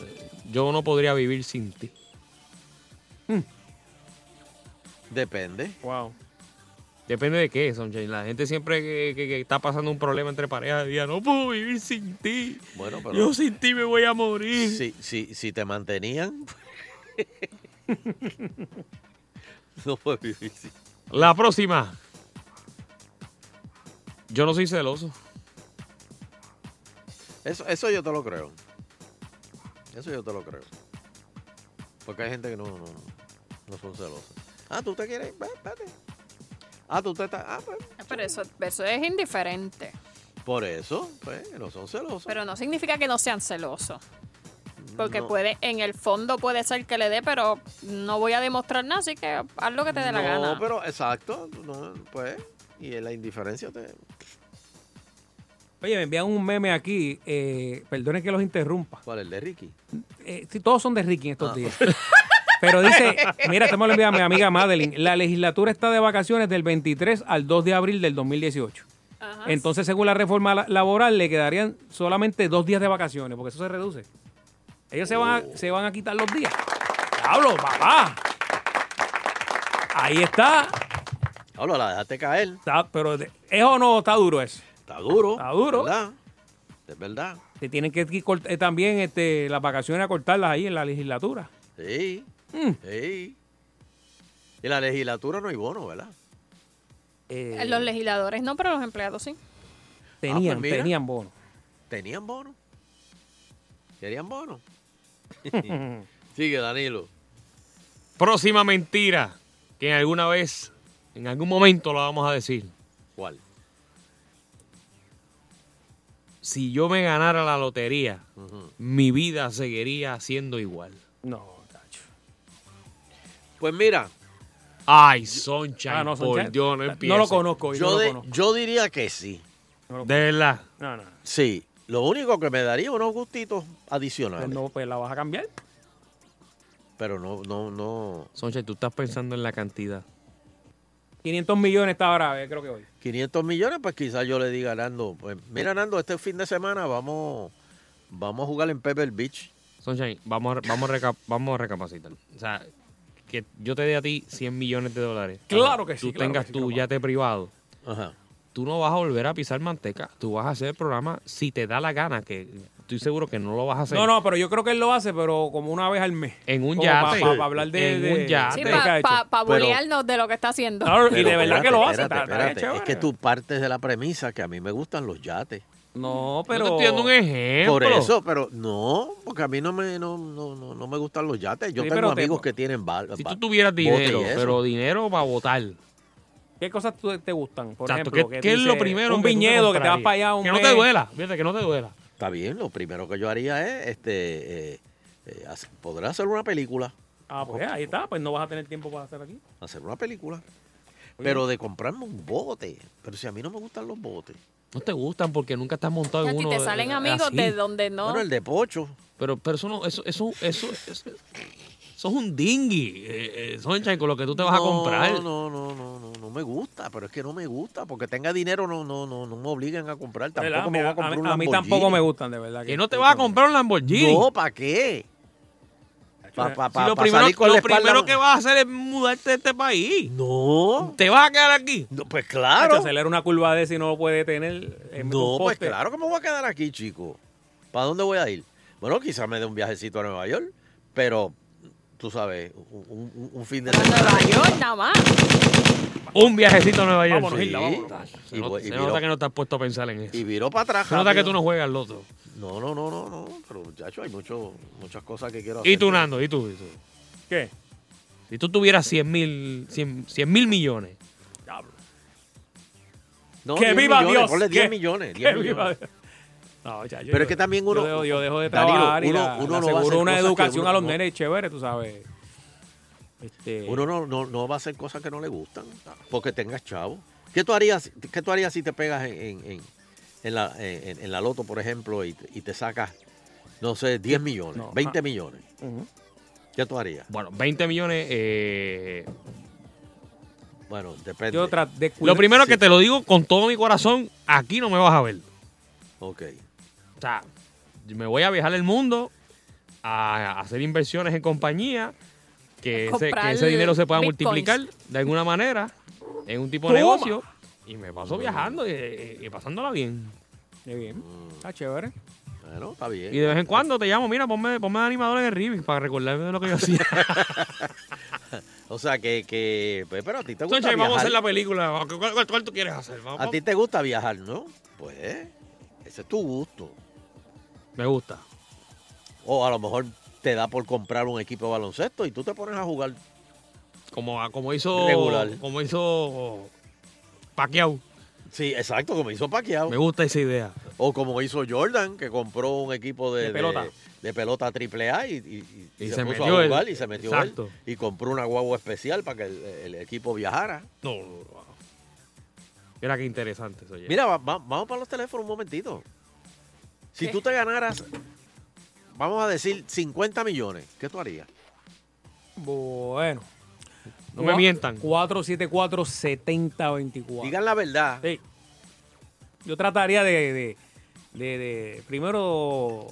Speaker 6: Yo no podría vivir sin ti.
Speaker 5: Depende.
Speaker 4: Wow.
Speaker 6: Depende de qué, Sonche. La gente siempre que, que- que está pasando un problema entre parejas, diga, no puedo vivir sin ti.
Speaker 5: Bueno, pero.
Speaker 6: Yo sin ti me voy a morir.
Speaker 5: Si, si, si te mantenían. no puedo vivir sin-
Speaker 6: La próxima. Yo no soy celoso.
Speaker 5: Eso, eso yo te lo creo. Eso yo te lo creo. Porque hay gente que no, no, no son celosas. Ah, tú te quieres. Ve, Vete. Ah, tú te estás. Ah, pues.
Speaker 7: pero eso, eso es indiferente.
Speaker 5: Por eso, pues, no son celosas.
Speaker 7: Pero no significa que no sean celosos. Porque
Speaker 5: No.
Speaker 7: puede, en el fondo puede ser que le dé, pero no voy a demostrar nada, así que haz lo que te dé la
Speaker 5: no,
Speaker 7: gana.
Speaker 5: pero exacto. No, pues. Y la indiferencia te.
Speaker 4: Oye, me envían un meme aquí. Eh, perdonen que los interrumpa.
Speaker 5: ¿Cuál es el de Ricky?
Speaker 4: Eh, sí, todos son de Ricky en estos
Speaker 5: Ah.
Speaker 4: días. Pero dice, mira, estamos enviando a mi amiga Madeline. La legislatura está de vacaciones del 23 al 2 de abril del 2018. Entonces, según la reforma la- laboral, le quedarían solamente dos días de vacaciones, porque eso se reduce. Ellos se, van a, se van a quitar los días. ¡Diablo, papá! Ahí está.
Speaker 5: Hablo, la dejaste caer.
Speaker 4: Está- pero de- ¿es o no está duro eso?
Speaker 5: Está duro.
Speaker 4: Está duro.
Speaker 5: ¿Verdad? Es verdad.
Speaker 4: Te tienen que ir cort- eh, también este, las vacaciones a cortarlas ahí en la legislatura.
Speaker 5: Sí.
Speaker 4: Mm.
Speaker 5: Sí. Y la legislatura no hay bono, ¿verdad?
Speaker 4: Eh,
Speaker 7: Los legisladores no, pero los empleados sí.
Speaker 4: tenían,
Speaker 5: pues mira.
Speaker 4: tenían bono.
Speaker 5: Tenían bono. Querían bono. Sigue, Danilo.
Speaker 6: Próxima mentira que en alguna vez, en algún momento la vamos a decir.
Speaker 5: ¿Cuál?
Speaker 6: Si yo me ganara la lotería,
Speaker 5: Ujú.
Speaker 6: mi vida seguiría siendo igual.
Speaker 4: No,
Speaker 5: Pues mira.
Speaker 6: Ay, Soncha,
Speaker 4: Ah, no,
Speaker 6: por
Speaker 4: Sunshine.
Speaker 6: Dios,
Speaker 4: No
Speaker 6: no
Speaker 4: lo
Speaker 6: empieces.
Speaker 4: conozco, yo
Speaker 5: Yo,
Speaker 4: no lo
Speaker 5: de-
Speaker 4: conozco.
Speaker 5: yo diría que sí.
Speaker 6: De verdad.
Speaker 4: No, no.
Speaker 5: Sí. Lo único que me daría unos gustitos adicionales.
Speaker 4: Pues no, pues la vas a cambiar.
Speaker 5: Pero no, no, no.
Speaker 6: Soncha, tú estás pensando en la cantidad.
Speaker 4: 500 millones está ahora, eh, creo que hoy.
Speaker 5: 500 millones, pues quizás yo le diga a Nando, pues mira Nando, este fin de semana vamos, vamos a jugar en Pebble Beach.
Speaker 6: Sunshine, vamos a, vamos, a reca- vamos a recapacitar. O sea, que yo te dé a ti 100 millones de dólares.
Speaker 4: Claro
Speaker 6: Ahora,
Speaker 4: que sí,
Speaker 6: Tú
Speaker 4: claro
Speaker 6: tengas
Speaker 4: que sí,
Speaker 6: tu yate privado. Tú no vas a volver a pisar manteca. Tú vas a hacer el programa si te da la gana, que estoy seguro que no lo vas a hacer.
Speaker 4: No, no, pero yo creo que él lo hace, pero como una vez al mes.
Speaker 6: Ah, En un
Speaker 4: Como pa-
Speaker 6: yate.
Speaker 4: pa- pa hablar de.
Speaker 6: En
Speaker 4: de-
Speaker 6: un yate.
Speaker 7: Sí,
Speaker 4: de lo Ah, que
Speaker 7: para
Speaker 4: ha hecho.
Speaker 7: pa, pa
Speaker 5: Pero-
Speaker 7: bulearnos de lo que está haciendo.
Speaker 5: Pero espérate,
Speaker 4: está-
Speaker 5: espérate,
Speaker 4: está bien
Speaker 5: espérate. Es que tú partes de la premisa que a mí me gustan los yates.
Speaker 4: No,
Speaker 6: pero- estoy dando un ejemplo.
Speaker 5: Por eso, pero no, porque a mí no me, no, no, no, no me gustan los yates. Yo
Speaker 6: Sí,
Speaker 5: tengo
Speaker 6: pero te-
Speaker 5: amigos que tienen bar,
Speaker 6: Si
Speaker 5: bar-
Speaker 6: tú tuvieras
Speaker 5: botes y
Speaker 6: dinero,
Speaker 5: eso.
Speaker 6: pero dinero para votar.
Speaker 4: ¿Qué cosas tú- te gustan? Por
Speaker 6: Exacto,
Speaker 4: ejemplo,
Speaker 6: ¿qué-
Speaker 4: que
Speaker 6: qué es lo
Speaker 4: dice,
Speaker 6: primero
Speaker 4: Un
Speaker 6: que tú te
Speaker 4: viñedo que te vas
Speaker 6: comprarías?
Speaker 4: para allá un
Speaker 6: Que no te
Speaker 4: mes.
Speaker 6: duela. Fíjate que no te duela.
Speaker 5: Está bien, lo primero que yo haría es, este, eh, eh, hacer- podré hacer una película,
Speaker 4: Ah, pues ahí está, pues no vas a tener tiempo para hacer aquí. Ah,
Speaker 5: hacer una película, pero de comprarme un bote. Pero si a mí no me gustan los botes.
Speaker 6: No te gustan porque nunca estás montado
Speaker 7: Y a
Speaker 6: en
Speaker 7: ti
Speaker 6: uno.
Speaker 7: te salen
Speaker 6: eh,
Speaker 7: amigos
Speaker 6: así.
Speaker 7: de donde no.
Speaker 5: Bueno, el de pocho.
Speaker 6: Pero, pero eso no, eso, eso, eso, eso, eso es un dinghy, eh, eh, Sunshine, con lo que tú te vas a
Speaker 5: No,
Speaker 6: comprar.
Speaker 5: No, no, no, no, no me gusta, pero es que no me gusta, porque tenga dinero no, no, no, no me obligan a comprar,
Speaker 4: ¿Verdad?
Speaker 5: tampoco me
Speaker 4: Mira,
Speaker 5: voy a comprar
Speaker 4: a mí-
Speaker 5: un
Speaker 4: a mí
Speaker 5: Lamborghini.
Speaker 4: tampoco me gustan, de verdad.
Speaker 6: Que no te vas a comprar un Lamborghini.
Speaker 5: No, ¿para qué? Pa-
Speaker 4: eh,
Speaker 5: pa- pa-
Speaker 6: si lo
Speaker 5: pa
Speaker 6: primero,
Speaker 5: salir con
Speaker 6: lo
Speaker 5: la espalda-
Speaker 6: primero que vas a hacer es mudarte de este país.
Speaker 5: No.
Speaker 6: ¿Te vas a quedar aquí?
Speaker 5: pues
Speaker 4: Claro.
Speaker 5: claro.
Speaker 4: Acelera una curva de si no lo puede tener. eh, mete
Speaker 5: No,
Speaker 4: un
Speaker 5: pues
Speaker 4: poste.
Speaker 5: claro que me voy a quedar aquí, chico. ¿Para dónde voy a ir? Bueno, quizás me dé un viajecito a Nueva York, pero tú sabes, un, un- un fin de semana.
Speaker 7: Yo nada más.
Speaker 6: Un viajecito a Nueva York.
Speaker 5: Vámonos,
Speaker 6: Sí.
Speaker 5: Hilda, vámonos.
Speaker 6: Se,
Speaker 5: Y
Speaker 6: nota-
Speaker 5: voy- y
Speaker 6: se
Speaker 5: viro-
Speaker 6: nota que no estás puesto a pensar en eso.
Speaker 5: Y viró para atrás.
Speaker 6: Se nota que
Speaker 5: rápido.
Speaker 6: tú no juegas al otro.
Speaker 5: No, no, no, no, no. Pero, muchacho, hay mucho, muchas cosas que quiero hacer.
Speaker 6: Y tú, Nando, y tú, y tú.
Speaker 4: ¿Qué?
Speaker 6: Si tú tuvieras 100 mil 100 100 mil millones.
Speaker 5: No,
Speaker 4: que
Speaker 5: 10
Speaker 4: viva
Speaker 5: millones,
Speaker 4: Dios.
Speaker 5: ponle
Speaker 4: que-
Speaker 5: 10 millones,
Speaker 4: que
Speaker 5: 10
Speaker 4: viva
Speaker 5: millones.
Speaker 4: Dios. No, ya, yo-
Speaker 5: Pero es
Speaker 4: yo-
Speaker 5: que también uno-
Speaker 4: Yo dejo, yo dejo de
Speaker 5: Danilo,
Speaker 4: trabajar y
Speaker 5: uno-
Speaker 4: la,
Speaker 5: uno no
Speaker 4: la
Speaker 5: va a
Speaker 4: aseguro
Speaker 5: hacer
Speaker 4: una
Speaker 5: cosas que
Speaker 4: educación
Speaker 5: uno
Speaker 4: a los
Speaker 5: no-
Speaker 4: nenes chévere, tú sabes. Este,
Speaker 5: Uno no, no, no va a hacer cosas que no le gustan porque tengas chavo. ¿Qué tú harías, qué tú harías si te pegas en, en- en- en la, en, en la loto, por ejemplo, y, te- y te sacas, no sé, 10 millones,
Speaker 6: No,
Speaker 5: 20
Speaker 6: ah.
Speaker 5: millones? ¿Qué tú harías?
Speaker 6: Bueno, 20 millones. eh,
Speaker 5: Bueno, depende.
Speaker 4: Yo tra- de cuidar-
Speaker 6: lo primero
Speaker 4: sí.
Speaker 6: que te lo digo con todo mi corazón, aquí no me vas a ver.
Speaker 5: Ok.
Speaker 6: O sea, me voy a viajar el mundo a hacer inversiones en compañía, que, ese,
Speaker 4: Comprar
Speaker 6: que ese dinero se pueda
Speaker 4: bitcoins.
Speaker 6: multiplicar de alguna manera en un tipo de
Speaker 4: Toma.
Speaker 6: negocio. Y me paso viajando y, y- y pasándola bien.
Speaker 4: Qué bien. Está chévere.
Speaker 5: Mm. Bueno, está bien.
Speaker 6: Y de vez en cuando te llamo, mira, ponme, ponme de animador en el Rivic para recordarme de lo que yo hacía.
Speaker 5: O sea, que, que pues, pero a ti te gusta
Speaker 6: Entonces, vamos a
Speaker 5: viajar.
Speaker 6: hacer la película. ¿Cuál, cuál- cuál tú quieres hacer? Vamos-
Speaker 5: A ti te gusta viajar, ¿no? Pues, ese es tu gusto.
Speaker 6: Me gusta.
Speaker 5: O a lo mejor te da por comprar un equipo de baloncesto y tú te pones a jugar
Speaker 6: Como, ah, como hizo.
Speaker 5: Regular.
Speaker 6: Como hizo. Pacquiao.
Speaker 5: Sí, exacto, como hizo Pacquiao.
Speaker 6: Me gusta esa idea.
Speaker 5: O como hizo Jordan, que compró un equipo de,
Speaker 6: De pelota.
Speaker 5: de, de pelota triple A y, y- y
Speaker 6: Y
Speaker 5: se,
Speaker 6: se
Speaker 5: puso
Speaker 6: metió
Speaker 5: a
Speaker 6: él.
Speaker 5: jugar y se metió
Speaker 6: Exacto.
Speaker 5: él. Y compró una guagua especial para que el, el equipo viajara.
Speaker 6: No, no, no. Mira qué interesante eso. oye.
Speaker 5: Mira, va- va- vamos para los teléfonos un momentito. Si tú te ganaras, vamos a decir 50 millones, ¿qué tú harías?
Speaker 4: Bueno.
Speaker 5: No me mientan.
Speaker 4: 474-7024.
Speaker 5: Digan la verdad.
Speaker 4: Sí. Yo trataría de, de, de- de, primero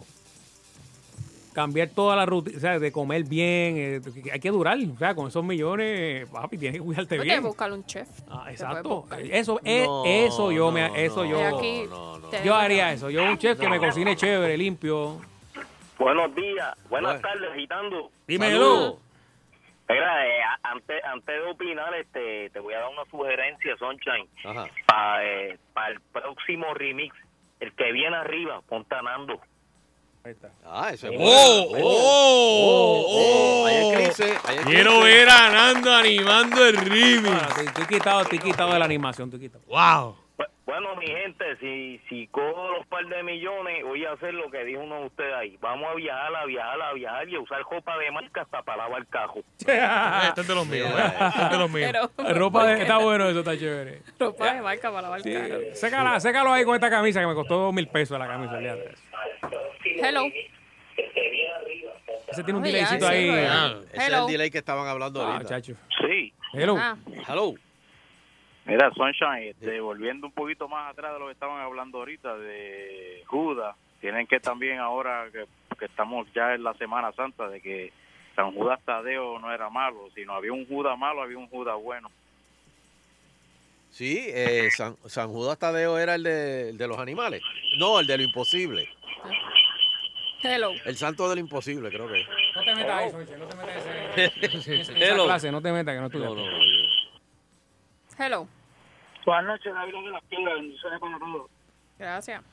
Speaker 4: cambiar toda la rutina, o sea, de comer bien. eh, que hay que durar. O sea, con esos millones, papi, tienes que cuidarte
Speaker 7: Tienes que
Speaker 4: bien.
Speaker 7: buscar un chef.
Speaker 4: Ah,
Speaker 7: Te puedes
Speaker 4: Exacto.
Speaker 7: buscar.
Speaker 4: Eso, eh,
Speaker 7: No,
Speaker 4: eso yo me, eso
Speaker 7: no,
Speaker 4: yo,
Speaker 7: no, Aquí no, no. te-
Speaker 4: yo haría eso. Yo un chef que me cocine chévere, limpio.
Speaker 15: Buenos días, buenas tardes, agitando.
Speaker 4: Dímelo.
Speaker 15: Mira, eh, a- antes, antes de opinar, este, te voy a dar una sugerencia, Sunshine,
Speaker 5: Ajá.
Speaker 15: para el próximo remix. El que viene arriba, ponta a Nando.
Speaker 5: Ah, eso es
Speaker 15: ¡Oh!
Speaker 5: bueno.
Speaker 15: ¡Oh! ¡Oh!
Speaker 5: ¡Oh! Ahí eclipse, ahí eclipse.
Speaker 6: Quiero ver a Nando animando el remix.
Speaker 4: Estoy, estoy quitado, estoy quitado de la animación, estoy quitado.
Speaker 6: ¡Wow!
Speaker 15: Bueno, mi gente, si, si cojo los par de millones, voy a hacer lo que dijo uno de ustedes ahí. Vamos a viajar, a viajar, a viajar y a usar ropa de marca hasta para lavar cajo.
Speaker 6: Este es de los míos, eh. Este es de los míos.
Speaker 4: Ropa de, está bueno eso, está chévere.
Speaker 7: Ropa de marca para lavar
Speaker 4: Sí,
Speaker 7: cara.
Speaker 4: sécala- sécalo ahí con esta camisa que me costó dos mil pesos la camisa. olvídate.
Speaker 7: Hello.
Speaker 4: Ese tiene un
Speaker 7: Ah, ya,
Speaker 4: delaycito
Speaker 7: sí,
Speaker 4: ahí.
Speaker 7: lo es.
Speaker 5: Ah, Ese es
Speaker 7: Hello.
Speaker 5: el delay que estaban hablando
Speaker 4: Ah,
Speaker 5: ahorita.
Speaker 4: chacho.
Speaker 15: Sí.
Speaker 4: Hello.
Speaker 7: Ah.
Speaker 5: Hello.
Speaker 16: Mira, Sunshine, este, volviendo un poquito más atrás de lo que estaban hablando ahorita de Judas, tienen que también ahora que, que estamos ya en la Semana Santa de que San Judas Tadeo no era malo, sino había un Judas malo, había un Judas bueno.
Speaker 5: Sí, eh, San, San Judas Tadeo era el de, el de los animales. No, el de lo imposible.
Speaker 7: Hello.
Speaker 5: El santo de lo imposible, creo que. es.
Speaker 4: No te metas eso, Michelle, no te metas ese- esa- esa
Speaker 5: Hello.
Speaker 4: clase, no te metas que no estudiaste.
Speaker 7: Hello.
Speaker 12: Buenas noches, David de las Piedras, bendiciones para todos.
Speaker 7: Gracias.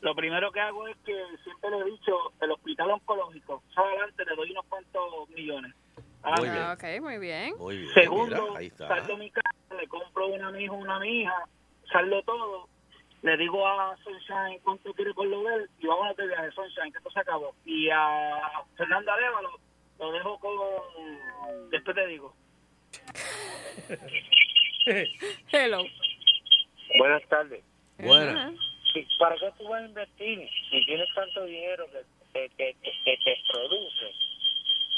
Speaker 12: Lo primero que hago es que siempre le he dicho, el hospital oncológico, yo adelante le doy unos cuantos millones.
Speaker 5: Muy bien.
Speaker 7: Ah, ok, muy bien.
Speaker 5: Muy bien.
Speaker 12: Segundo,
Speaker 5: mira, ahí está.
Speaker 12: saldo mi casa, le compro una mija, una mija, saldo todo, le digo a Sunshine cuánto quiere por lo de él y vámonos de viaje, Sunshine, que esto se acabó. Y a Fernando Arevalo lo dejo con... Después te digo.
Speaker 7: Hello.
Speaker 16: Buenas tardes.
Speaker 5: Buenas.
Speaker 16: ¿Para qué tú vas a invertir si tienes tanto dinero que, que, que- que te produce?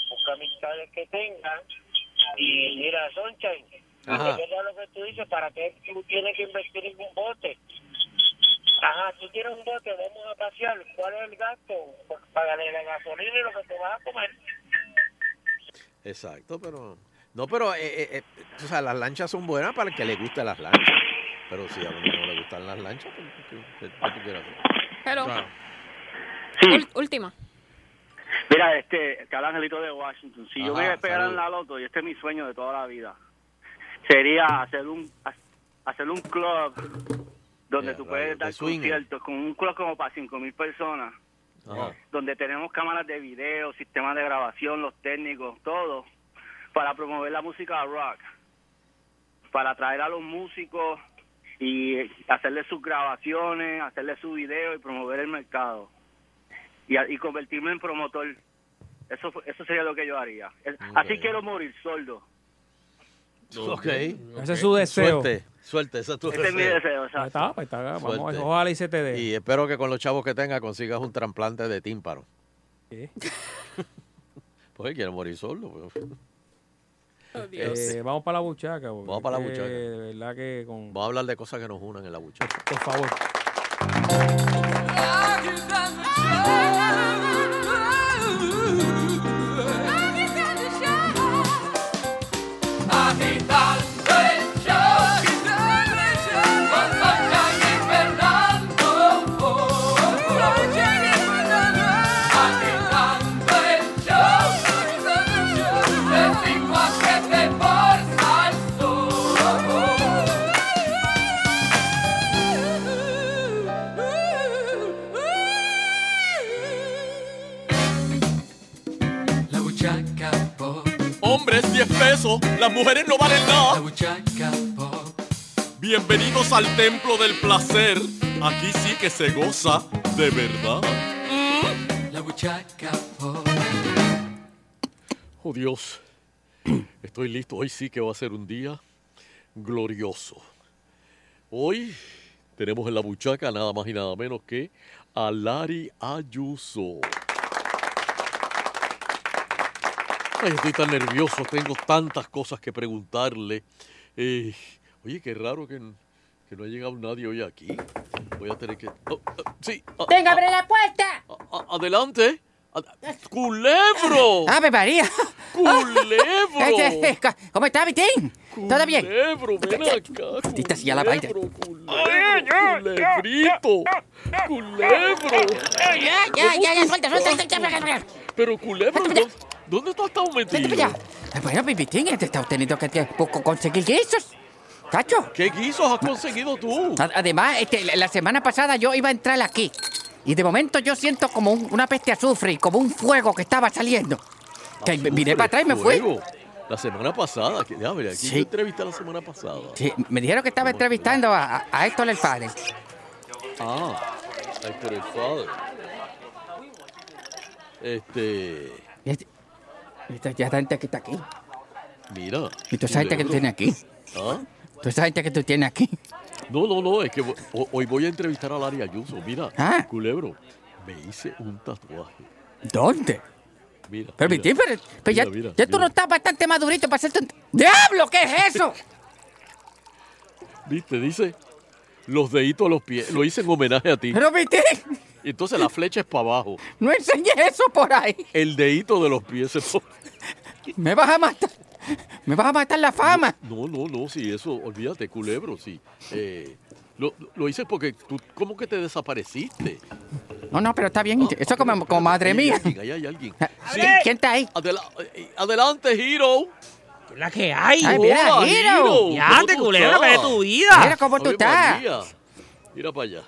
Speaker 16: Busca amistades que tengan y mira, Sunshine,
Speaker 5: Ajá.
Speaker 16: es verdad lo que tú dices, ¿para qué tú tienes que invertir en un bote? Ajá, tú quieres un bote, vamos a pasear, ¿cuál es el gasto? Págale la gasolina y lo que te vas a comer.
Speaker 5: Exacto, pero. No, pero eh, eh, eh, o sea, las lanchas son buenas para el que le guste las lanchas. Pero si a uno no le gustan las lanchas, pues, ¿qué, qué- qué tú quieres hacer?
Speaker 7: Hello.
Speaker 5: Claro.
Speaker 7: Ul- última.
Speaker 17: Mira, este, cada angelito de Washington, si yo
Speaker 5: Ajá,
Speaker 17: voy a pegar
Speaker 5: saludos.
Speaker 17: en la loto, y este es mi sueño de toda la vida, sería hacer un hacer un club donde
Speaker 5: Ya,
Speaker 17: tú
Speaker 5: radio,
Speaker 17: puedes
Speaker 5: de
Speaker 17: dar
Speaker 5: swinger.
Speaker 17: conciertos, con un club como para 5 mil personas,
Speaker 5: Ajá.
Speaker 17: donde tenemos cámaras de video, sistemas de grabación, los técnicos, todo, para promover la música rock, para atraer a los músicos y hacerle sus grabaciones, hacerle su video y promover el mercado y, a- y convertirme en promotor. Eso fu- eso sería lo que yo haría. Es- Así quiero morir sordo.
Speaker 5: Ok.
Speaker 4: Ese es su deseo.
Speaker 5: Suerte, suerte, ese es tu
Speaker 17: Ese es mi deseo, exacto.
Speaker 4: Ahí está, pues, está, vamos,
Speaker 5: Suerte.
Speaker 4: ojalá y se te dé.
Speaker 5: Y espero que con los chavos que tenga consigas un trasplante de tímpano.
Speaker 4: ¿Qué?
Speaker 5: Pues quiero morir solo. pues.
Speaker 4: Eh, vamos para la buchaca. Vamos
Speaker 5: para la buchaca.
Speaker 4: De verdad que con...
Speaker 5: Vamos a hablar de cosas que nos unan en la buchaca.
Speaker 4: Por favor.
Speaker 3: Agitando el show. Con Sunshine y Fernando. Agitando el show. De cinco a siete por Salsón.
Speaker 18: La buchaca Hombres 10 pesos, las mujeres no valen nada. La buchaca Bienvenidos al templo del placer. Aquí sí que se goza de verdad. La buchaca Oh Dios, estoy listo. Hoy sí que va a ser un día glorioso. Hoy tenemos en la buchaca nada más y nada menos que a Lari Ayuso. Ay, estoy tan nervioso, tengo tantas cosas que preguntarle. Eh, oye, qué raro que, n- que no ha llegado nadie hoy aquí. Voy a tener que... oh, ah, sí, ah,
Speaker 19: ¡Venga, abre la puerta!
Speaker 18: A- Adelante. Ad-
Speaker 19: ¡Culebro! ¡Ave María!
Speaker 18: ¡Culebro!
Speaker 19: Este, eh, ca- ¿Cómo está, Vitín? ¿Todo bien?
Speaker 18: ¡Culebro, ven acá!
Speaker 19: Maldita sea la vaina.
Speaker 18: ¡Culebrito! ¡Culebro!
Speaker 19: ¡Ya, ya, ya, ya! ¡Suelta, suelta, suelta! suelta, suelta.
Speaker 18: Pero culebro, ¿dó- ¿dónde está estado
Speaker 19: Vete
Speaker 18: metido?
Speaker 19: para allá. Eh, Bueno, mi Vitín, este está teniendo que que co- co- conseguir guisos. ¿Cacho?
Speaker 5: ¿Qué guisos has conseguido tú?
Speaker 19: Además, este, la- la semana pasada yo iba a entrar aquí. Y de momento yo siento como un- una peste azufre y como un fuego que estaba saliendo. Que miré para atrás y me fui.
Speaker 18: Fuego. La semana pasada, que, ya, mira, aquí
Speaker 19: Sí.
Speaker 18: yo entrevisté la semana pasada.
Speaker 19: Sí, me dijeron que estaba entrevistando a, a, a Héctor el padre.
Speaker 18: Ah, ay, pero el padre. Este,
Speaker 19: Este- esta- Ya gente que está aquí.
Speaker 18: mira.
Speaker 19: ¿Y tú sabes que tú
Speaker 18: culebro.
Speaker 19: tienes aquí?
Speaker 18: ¿Ah?
Speaker 19: ¿Tú sabes que tú tienes aquí?
Speaker 18: No, no, no, es que vo- ho- hoy voy a entrevistar a Lari Ayuso. Mira,
Speaker 19: Ah.
Speaker 18: culebro, me hice un tatuaje.
Speaker 19: ¿Dónde?
Speaker 18: Mira.
Speaker 19: Pero,
Speaker 18: mira,
Speaker 19: Vitín, pero, pero ya,
Speaker 18: mira, mira,
Speaker 19: ya tú
Speaker 18: mira.
Speaker 19: no estás bastante madurito para hacerte un... ¡Diablo, qué es eso!
Speaker 18: ¿Viste? Dice los deditos a los pies. Lo hice en homenaje a ti.
Speaker 19: Pero viste,
Speaker 18: Y entonces la flecha es para abajo.
Speaker 19: no enseñes eso por ahí.
Speaker 18: El dedito de los pies. se pone-
Speaker 19: Me vas a matar. Me vas a matar la fama.
Speaker 18: No, no, no, sí, eso, olvídate, culebro, sí. Eh, lo, lo hice porque tú, ¿cómo que te desapareciste?
Speaker 19: No, no, pero está bien. Eso como, como madre
Speaker 18: Ahí hay
Speaker 19: mía.
Speaker 18: alguien, ahí hay alguien. Sí.
Speaker 19: ¿Quién, quién está ahí?
Speaker 18: adelante, Hero.
Speaker 3: La que hay.
Speaker 19: Ay, mira,
Speaker 18: Hola,
Speaker 19: Hiro.
Speaker 18: Hiro.
Speaker 3: Ya,
Speaker 18: ¿Cómo
Speaker 3: te
Speaker 18: tú
Speaker 3: culebra,
Speaker 18: estás?
Speaker 3: que es tu vida.
Speaker 19: Mira cómo tú
Speaker 18: Ave
Speaker 19: estás.
Speaker 18: María. Mira para allá.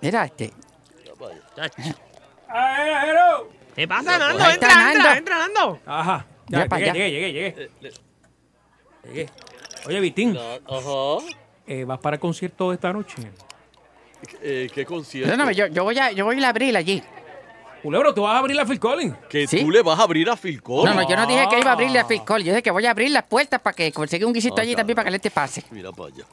Speaker 19: Mira este.
Speaker 18: mira para allá.
Speaker 3: ¿Qué
Speaker 18: pasa, Nando?
Speaker 19: Ahí está Entra, Nando. entra,
Speaker 3: Nando.
Speaker 4: Ajá.
Speaker 19: Ya,
Speaker 4: Ya,
Speaker 19: pa'
Speaker 4: llegué,
Speaker 19: allá.
Speaker 4: llegué, llegué, llegué. Llegué. Oye, Vitín,
Speaker 18: Ajá.
Speaker 4: eh, ¿vas para el concierto de esta noche?
Speaker 18: Eh, ¿Qué concierto?
Speaker 19: Perdóname, yo, yo voy a, yo voy a ir a abrir allí.
Speaker 4: Culebro, ¿tú vas a abrir la Phil Collins?
Speaker 18: Que tú le vas a abrir a Phil
Speaker 19: No,
Speaker 18: Collins.
Speaker 19: no, yo no dije que iba a abrirle a
Speaker 4: Ah.
Speaker 19: Fiscol. Yo dije que voy a abrir las puertas para que consiga un guisito
Speaker 18: Ah,
Speaker 19: allí
Speaker 18: está
Speaker 19: también para que la gente pase.
Speaker 18: Mira para allá.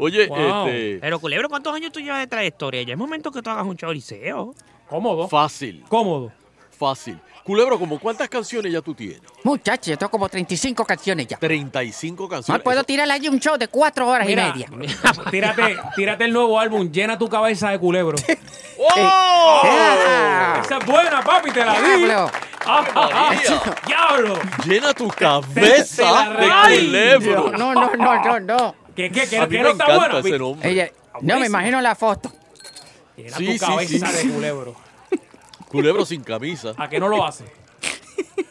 Speaker 18: Oye,
Speaker 3: Wow.
Speaker 18: este,
Speaker 3: Pero, culebro, ¿cuántos años tú llevas de trayectoria? Ya es momento que tú hagas un choriceo.
Speaker 4: Cómodo.
Speaker 18: fácil,
Speaker 4: Cómodo.
Speaker 18: fácil. Culebro, ¿como cuántas canciones ya tú tienes?
Speaker 19: Muchachos, yo tengo como 35 canciones ya.
Speaker 18: 35
Speaker 19: No
Speaker 18: canciones.
Speaker 19: puedo
Speaker 18: Eso-
Speaker 19: tirarle allí un show de cuatro horas y
Speaker 4: Mira,
Speaker 19: media.
Speaker 4: tírate, tírate el nuevo álbum, llena tu cabeza de culebro.
Speaker 19: Eh,
Speaker 18: ¡Oh!
Speaker 19: ¡Ah!
Speaker 4: Esa es buena, papi, te la di.
Speaker 19: ¡Diablo!
Speaker 4: Ah, ah,
Speaker 18: María.
Speaker 4: ah, ¡Diablo!
Speaker 18: Llena tu
Speaker 4: te la
Speaker 18: cabeza
Speaker 4: rayo.
Speaker 18: de culebro.
Speaker 19: No, no, no, no, no.
Speaker 4: ¿Qué, qué, qué,
Speaker 18: A mí
Speaker 4: qué
Speaker 18: me
Speaker 4: no está
Speaker 18: encanta
Speaker 4: buena?
Speaker 18: ese
Speaker 4: Vic?
Speaker 18: nombre.
Speaker 19: Ella- no, me imagino la foto.
Speaker 4: Llena
Speaker 18: Sí, sí,
Speaker 4: tu cabeza
Speaker 18: sí.
Speaker 4: de culebro.
Speaker 18: Culebro sin camisa.
Speaker 4: ¿A qué no lo hace?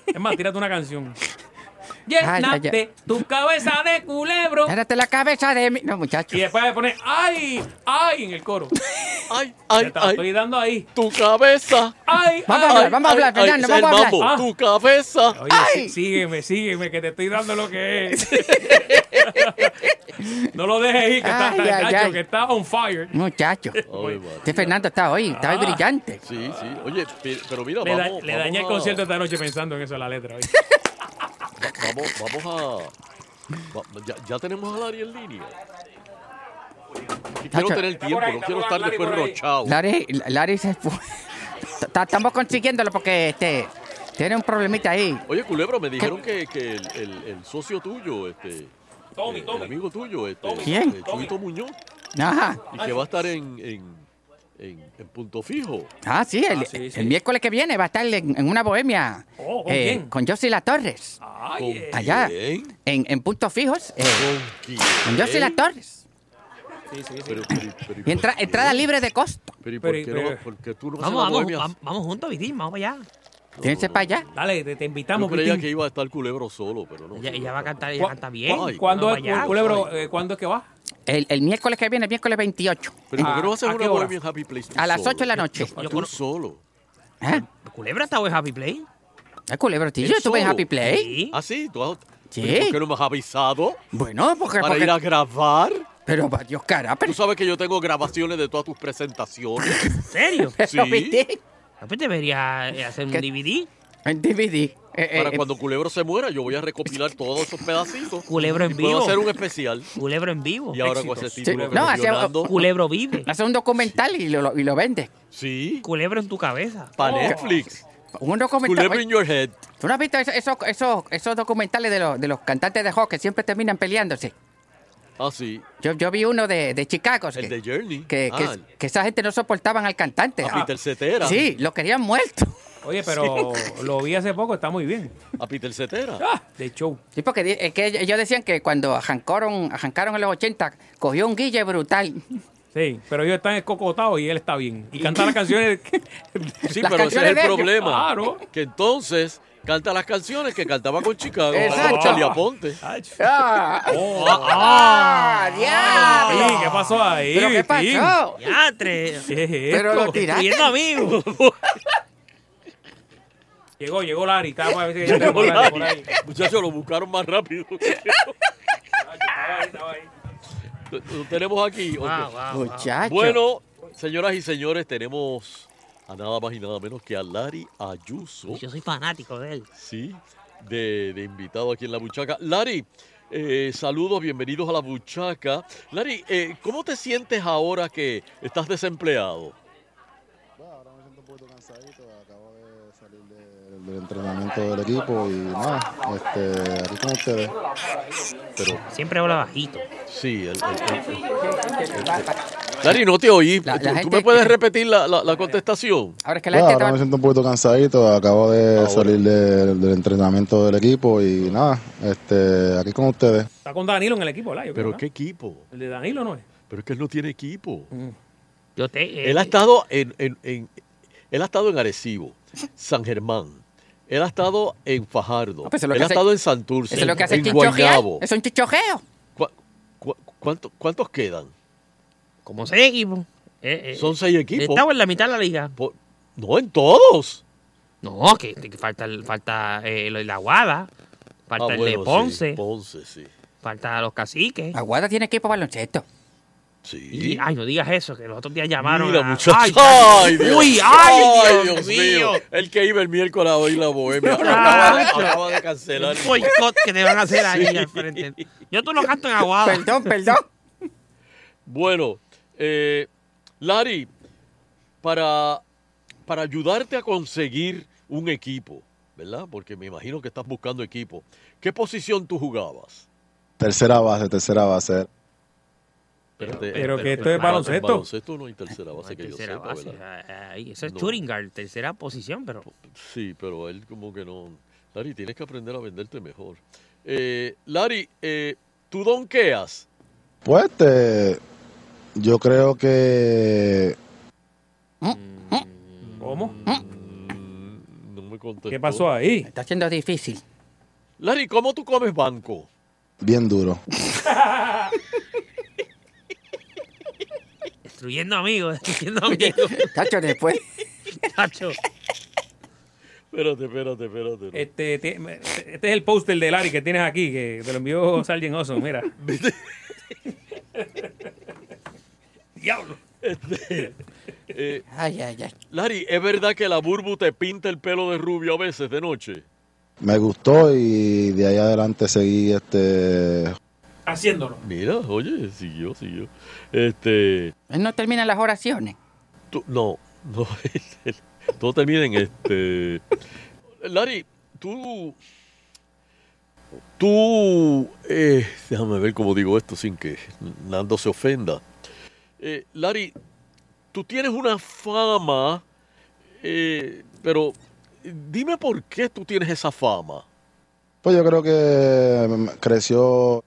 Speaker 4: Es más, tírate una canción.
Speaker 19: Ay, ay, ay.
Speaker 4: Llénate tu cabeza de culebro.
Speaker 19: Espérate la cabeza de mí. No,
Speaker 4: Y
Speaker 19: muchachos.
Speaker 4: después le pones ¡ay! ¡ay! en el coro.
Speaker 18: Ay,
Speaker 4: Te
Speaker 18: ay,
Speaker 4: la
Speaker 18: ay.
Speaker 4: estoy dando ahí.
Speaker 18: Tu cabeza.
Speaker 4: ¡ay!
Speaker 19: Vamos a
Speaker 4: ay!
Speaker 19: hablar, vamos a hablar,
Speaker 18: Ay, ay,
Speaker 19: Fernando,
Speaker 18: ese es
Speaker 19: vamos a
Speaker 18: el
Speaker 19: hablar.
Speaker 18: mambo.
Speaker 4: Ah.
Speaker 18: Tu cabeza.
Speaker 4: Oye, sí-
Speaker 19: ¡Ay!
Speaker 4: sígueme, sígueme, que te estoy dando lo que es. no lo dejes ir, que está,
Speaker 19: Ay,
Speaker 4: está-
Speaker 19: ay,
Speaker 4: Nacho,
Speaker 19: ay.
Speaker 4: que está on fire.
Speaker 19: Muchachos.
Speaker 18: Ay, madre.
Speaker 19: Este Fernando está hoy, está hoy
Speaker 4: Ah.
Speaker 19: brillante.
Speaker 18: Sí, sí. Oye, pe- pero mira,
Speaker 4: Le, da-
Speaker 18: vamos,
Speaker 4: le
Speaker 18: vamos
Speaker 4: dañé el
Speaker 18: a-
Speaker 4: concierto esta noche pensando en eso, la letra. oye.
Speaker 18: Vamos, vamos a. va- ya, ya tenemos a Lari en línea. Y quiero
Speaker 19: Nacho.
Speaker 18: tener tiempo,
Speaker 4: por ahí,
Speaker 18: no
Speaker 4: está
Speaker 18: quiero
Speaker 4: por
Speaker 18: estar
Speaker 4: ahí,
Speaker 18: después
Speaker 4: por ahí.
Speaker 18: rochado.
Speaker 19: Larry, Larry se fue. Ta- ta- Estamos consiguiéndolo porque este tiene un problemita ahí.
Speaker 18: Oye, Culebro, me dijeron que, que el, el- el socio tuyo, este.
Speaker 4: Tommy,
Speaker 18: eh,
Speaker 4: Tommy.
Speaker 18: El amigo tuyo, este.
Speaker 19: ¿Quién?
Speaker 18: eh, Chuito Muñoz.
Speaker 19: Ajá.
Speaker 18: Y que va a estar en, en, en, en punto fijo.
Speaker 19: Ah, sí, el,
Speaker 4: Ah, sí, sí.
Speaker 19: el miércoles que viene va a estar en, en una bohemia eh,
Speaker 4: Oh, ¿con quién?
Speaker 19: con Josie La Torres.
Speaker 4: Ay, eh,
Speaker 18: ¿Con
Speaker 19: Allá.
Speaker 18: quién?
Speaker 19: En, en puntos fijos. eh,
Speaker 18: ¿Con quién?
Speaker 19: con Josie La Torres.
Speaker 4: sí, sí, sí.
Speaker 18: Pero, pero, pero,
Speaker 19: Y entra-
Speaker 18: ¿por qué?
Speaker 19: entrada libre de costo.
Speaker 18: Pero, ¿y por
Speaker 4: Pero,
Speaker 18: qué
Speaker 4: pero-
Speaker 18: no? ¿Por qué tú no vas
Speaker 3: Vamos,
Speaker 18: a la
Speaker 3: vamos,
Speaker 18: bohemia?
Speaker 3: vam- vamos juntos, Vitín, vamos para allá.
Speaker 19: Tírense para allá.
Speaker 4: Dale, te, te
Speaker 18: Yo
Speaker 4: invitamos.
Speaker 18: creía
Speaker 4: Cristín.
Speaker 18: que iba a estar Culebro solo, pero no.
Speaker 3: Ella,
Speaker 18: sí,
Speaker 3: ella va a cantar,
Speaker 4: ¿Cu-
Speaker 3: ella canta bien.
Speaker 18: ay,
Speaker 4: ¿Cuándo,
Speaker 3: Vamos
Speaker 4: es,
Speaker 3: allá.
Speaker 4: culebro, eh, ¿Cuándo es que va?
Speaker 19: El, el miércoles que viene, miércoles 28.
Speaker 18: Pero
Speaker 3: Ah,
Speaker 18: ¿por qué no
Speaker 4: ¿A-
Speaker 18: vas a hacer
Speaker 4: a
Speaker 18: una
Speaker 4: qué hora?
Speaker 18: bohemia en Happy Place tú
Speaker 19: A las
Speaker 18: solo?
Speaker 19: 8 de la noche.
Speaker 18: Tú
Speaker 3: Yo conozco-
Speaker 18: solo.
Speaker 19: ¿Eh?
Speaker 3: ¿Culebra está en Happy Play?
Speaker 19: Ay, culebro, tío,
Speaker 18: Eso.
Speaker 19: ¿tú ves Happy Play?
Speaker 3: Sí.
Speaker 18: ¿Ah, sí? ¿Tú has...
Speaker 19: Sí.
Speaker 18: ¿Pero ¿Por qué no me has avisado
Speaker 19: Bueno, porque...
Speaker 18: para
Speaker 19: porque-
Speaker 18: ir a grabar?
Speaker 19: Pero, va, Dios, cara, pero...
Speaker 18: Tú sabes que yo tengo grabaciones de todas tus presentaciones.
Speaker 3: ¿En serio?
Speaker 19: pero,
Speaker 18: sí.
Speaker 19: ¿viste?
Speaker 3: No, pues debería eh, hacer un
Speaker 19: ¿Qué?
Speaker 3: DVD.
Speaker 19: En DVD. eh, eh,
Speaker 18: Para
Speaker 19: eh,
Speaker 18: cuando Culebro se muera, yo voy a recopilar todos esos pedacitos.
Speaker 3: Culebro en
Speaker 18: y puedo
Speaker 3: vivo.
Speaker 18: hacer un especial.
Speaker 3: Culebro en vivo.
Speaker 18: Y ahora
Speaker 4: Éxitos.
Speaker 18: con ese
Speaker 19: Sí,
Speaker 18: título
Speaker 19: no, hace-
Speaker 18: mencionando.
Speaker 3: Culebro vive.
Speaker 19: Hace un documental y, lo, lo- y lo vende. Oh.
Speaker 18: Sí,
Speaker 3: Culebro en tu cabeza.
Speaker 18: para Netflix.
Speaker 19: Un documental...
Speaker 18: Culebro in your head.
Speaker 19: Oye, ¿Tú no has visto eso- eso- esos- esos documentales de los, de los cantantes de rock que siempre terminan peleándose?
Speaker 18: Ah, sí.
Speaker 19: Yo, yo vi uno de, de Chicago.
Speaker 18: El
Speaker 19: que,
Speaker 18: de Journey.
Speaker 19: que, que-
Speaker 18: Ah,
Speaker 19: que esa gente no soportaban al cantante.
Speaker 18: a Peter Cetera.
Speaker 19: Sí, lo querían muerto.
Speaker 4: Oye, pero lo vi hace poco, está muy bien. Ah,
Speaker 18: A Peter Cetera.
Speaker 4: De show.
Speaker 19: Sí, porque di- es que ellos decían que cuando arrancaron, arrancaron en los 80, cogió un guille brutal.
Speaker 4: Sí, pero ellos están escocotados y él está bien. Y canta las canciones. que-
Speaker 18: Sí,
Speaker 19: Las
Speaker 18: pero ese es
Speaker 19: canciones
Speaker 18: el
Speaker 19: de ellos.
Speaker 18: problema.
Speaker 4: Claro.
Speaker 18: Que entonces canta las canciones que cantaba con Chicago.
Speaker 19: Exacto.
Speaker 18: Con Charlie Aponte.
Speaker 4: Ay,
Speaker 19: ¡Ah!
Speaker 4: oh,
Speaker 19: ¡Ah!
Speaker 4: sí,
Speaker 19: ¡Diablo!
Speaker 4: ¿Qué pasó ahí?
Speaker 19: ¿Pero qué
Speaker 4: Vitín?
Speaker 19: pasó?
Speaker 3: Ya, tres.
Speaker 4: ¿Qué es
Speaker 19: Pero
Speaker 4: esto?
Speaker 19: lo tiraste.
Speaker 3: Yendo amigos.
Speaker 4: Llegó, llegó Lari. Estaba por ahí,
Speaker 18: Llegó
Speaker 4: estaba por ahí.
Speaker 18: Larry. Muchachos, lo buscaron más rápido.
Speaker 4: Estaba ahí, estaba ahí.
Speaker 18: lo, lo tenemos aquí.
Speaker 3: Wow,
Speaker 18: ok.
Speaker 3: Ah, wow, wow.
Speaker 19: Muchacho.
Speaker 18: Bueno, señoras y señores, tenemos a nada más y nada menos que a Larry Ayuso,
Speaker 3: Yo soy fanático de él.
Speaker 18: ¿sí? De, de invitado aquí en La Buchaca. Larry, eh, saludos, bienvenidos a La Buchaca. Larry, eh, ¿cómo te sientes ahora que estás desempleado?
Speaker 20: Bueno, ahora me siento un poquito cansadito. Acabo de
Speaker 21: salir de- del entrenamiento del equipo y nada, este, aquí con ustedes. Pero
Speaker 22: Siempre habla bajito.
Speaker 21: sí, el, el-
Speaker 18: Dari, no te oí.
Speaker 21: La-
Speaker 18: ¿Tú,
Speaker 21: la
Speaker 18: tú
Speaker 21: gente-
Speaker 18: me puedes repetir la, la- la contestación?
Speaker 19: Ahora es
Speaker 21: Bueno, ahora me siento un poquito cansadito, acabo
Speaker 4: Ah,
Speaker 21: de salir de- del entrenamiento del equipo y nada, este, aquí con ustedes.
Speaker 4: Está con Danilo en el equipo, ¿verdad? Yo creo,
Speaker 18: ¿Pero
Speaker 4: ¿no?
Speaker 18: qué equipo?
Speaker 4: El de Danilo no es.
Speaker 18: Pero es que él no tiene equipo.
Speaker 22: Yo te,
Speaker 18: él ha estado en, en- en- él ha estado en Arecibo, San Germán. Él ha estado en Fajardo.
Speaker 19: Ah, pues eso es lo
Speaker 18: él
Speaker 19: que
Speaker 18: ha
Speaker 19: hace-
Speaker 18: estado en Santurce.
Speaker 19: Eso es lo que hace
Speaker 18: en
Speaker 19: el chichojeo.
Speaker 18: Guaynabo.
Speaker 19: Eso es un chichojeo.
Speaker 18: ¿Cu- cu- cuánto- ¿Cuántos quedan?
Speaker 22: Como seis equipos. Eh, eh,
Speaker 18: Son seis equipos.
Speaker 22: Estaba en la mitad de la liga.
Speaker 18: No, en todos.
Speaker 22: No, que, que falta, el- falta eh, lo de la Aguada, falta
Speaker 18: Ah,
Speaker 22: el
Speaker 18: bueno,
Speaker 22: de
Speaker 18: sí,
Speaker 22: Ponce,
Speaker 18: Ponce, sí.
Speaker 22: falta los caciques.
Speaker 19: Aguada tiene equipo baloncesto.
Speaker 18: Sí.
Speaker 22: Y, ay, no digas eso, que los otros días llamaron
Speaker 18: Mira,
Speaker 22: a...
Speaker 18: muchachos.
Speaker 22: Ay,
Speaker 18: Ay, Dios,
Speaker 22: uy, ay,
Speaker 18: ay,
Speaker 22: Dios, mío.
Speaker 18: El que iba el miércoles a oír la bohemia.
Speaker 22: Muchacho.
Speaker 18: acaba, de- acaba de cancelar.
Speaker 22: Un boicot que te van a hacer ahí
Speaker 18: Sí.
Speaker 22: al frente. Yo tú lo canto en Aguada.
Speaker 19: Perdón, perdón.
Speaker 18: Bueno, eh, Larry, para, para ayudarte a conseguir un equipo, ¿verdad? Porque me imagino que estás buscando equipo. ¿Qué posición tú jugabas?
Speaker 21: Tercera base, tercera base.
Speaker 18: Pero,
Speaker 4: pero que esto es baloncesto.
Speaker 18: este, baloncesto no hay tercera base que yo
Speaker 22: tercera
Speaker 18: sepa,
Speaker 22: base,
Speaker 18: ¿verdad?
Speaker 22: Ay, eso es
Speaker 18: No. Pues,
Speaker 22: shooting guard, tercera posición, pero...
Speaker 18: Sí, pero él como que no. Larry, tienes que aprender a venderte mejor. Eh, Larry, eh, ¿tú donkeas?
Speaker 21: Pues este, yo creo que
Speaker 4: Mm. ¿Cómo?
Speaker 18: No me contestó.
Speaker 4: ¿Qué pasó ahí?
Speaker 19: Está siendo difícil.
Speaker 18: Larry, ¿cómo tú comes banco?
Speaker 21: bien duro.
Speaker 22: Destruyendo amigos, destruyendo amigos.
Speaker 19: Tacho, después.
Speaker 22: Tacho.
Speaker 18: Espérate, espérate, espérate. no.
Speaker 4: Este, te- me- este es el póster de Larry que tienes aquí, que te lo envió Sargent Oso, mira. Diablo.
Speaker 18: Este, eh,
Speaker 19: Ay, ay, ay.
Speaker 18: Larry, ¿es verdad que la burbu te pinta el pelo de rubio a veces de noche?
Speaker 21: Me gustó y de ahí adelante seguí este
Speaker 4: Haciéndolo.
Speaker 18: Mira, oye, siguió, siguió. Este,
Speaker 19: Él no termina las oraciones.
Speaker 18: tú- no, no, todo termina en este. Larry, tú, tú, eh, déjame ver cómo digo esto sin que Nando se ofenda. Eh, Larry, tú tienes una fama, eh, pero dime por qué tú tienes esa fama,
Speaker 21: Pues yo creo que mm, creció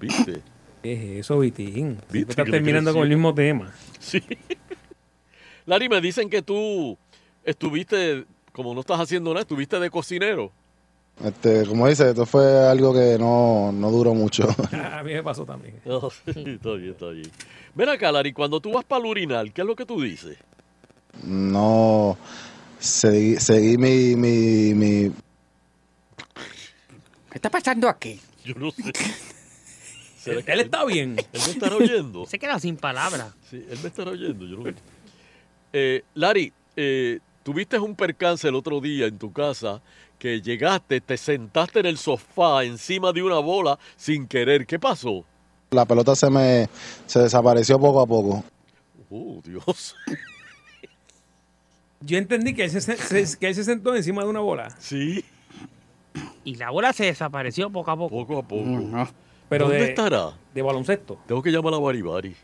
Speaker 18: ¿viste?
Speaker 4: ¿Qué es eso, Vitín? Siempre
Speaker 18: Viste
Speaker 4: Estás
Speaker 18: que le
Speaker 4: terminando con el
Speaker 18: creció.
Speaker 4: mismo tema.
Speaker 18: Sí. Larry, me dicen que tú estuviste, como no estás haciendo nada, estuviste de cocinero.
Speaker 21: este, como dice, esto fue algo que no, no duró mucho.
Speaker 4: A mí me pasó también.
Speaker 18: No, sí, está bien, está bien. Ven acá, Larry, cuando tú vas para el urinal, ¿qué es lo que tú dices?
Speaker 21: No seguí, seguí mi, mi, mi
Speaker 19: ¿Qué está pasando aquí?
Speaker 18: Yo no sé.
Speaker 4: Él, él está bien.
Speaker 18: Él me estará oyendo.
Speaker 22: Se queda sin palabras.
Speaker 18: Sí, él me estará oyendo. Yo no... Eh, Larry, eh, tuviste un percance el otro día en tu casa que llegaste, te sentaste en el sofá encima de una bola sin querer. ¿Qué pasó?
Speaker 21: la pelota se me se desapareció poco a poco.
Speaker 18: Oh, Dios.
Speaker 4: Yo entendí que él se, se- que él se sentó encima de una bola.
Speaker 18: Sí.
Speaker 22: Y la bola se desapareció poco a poco.
Speaker 18: Poco a poco.
Speaker 4: Pero
Speaker 18: ¿Dónde
Speaker 4: de-
Speaker 18: estará?
Speaker 4: De baloncesto.
Speaker 18: Tengo que llamar a Baribari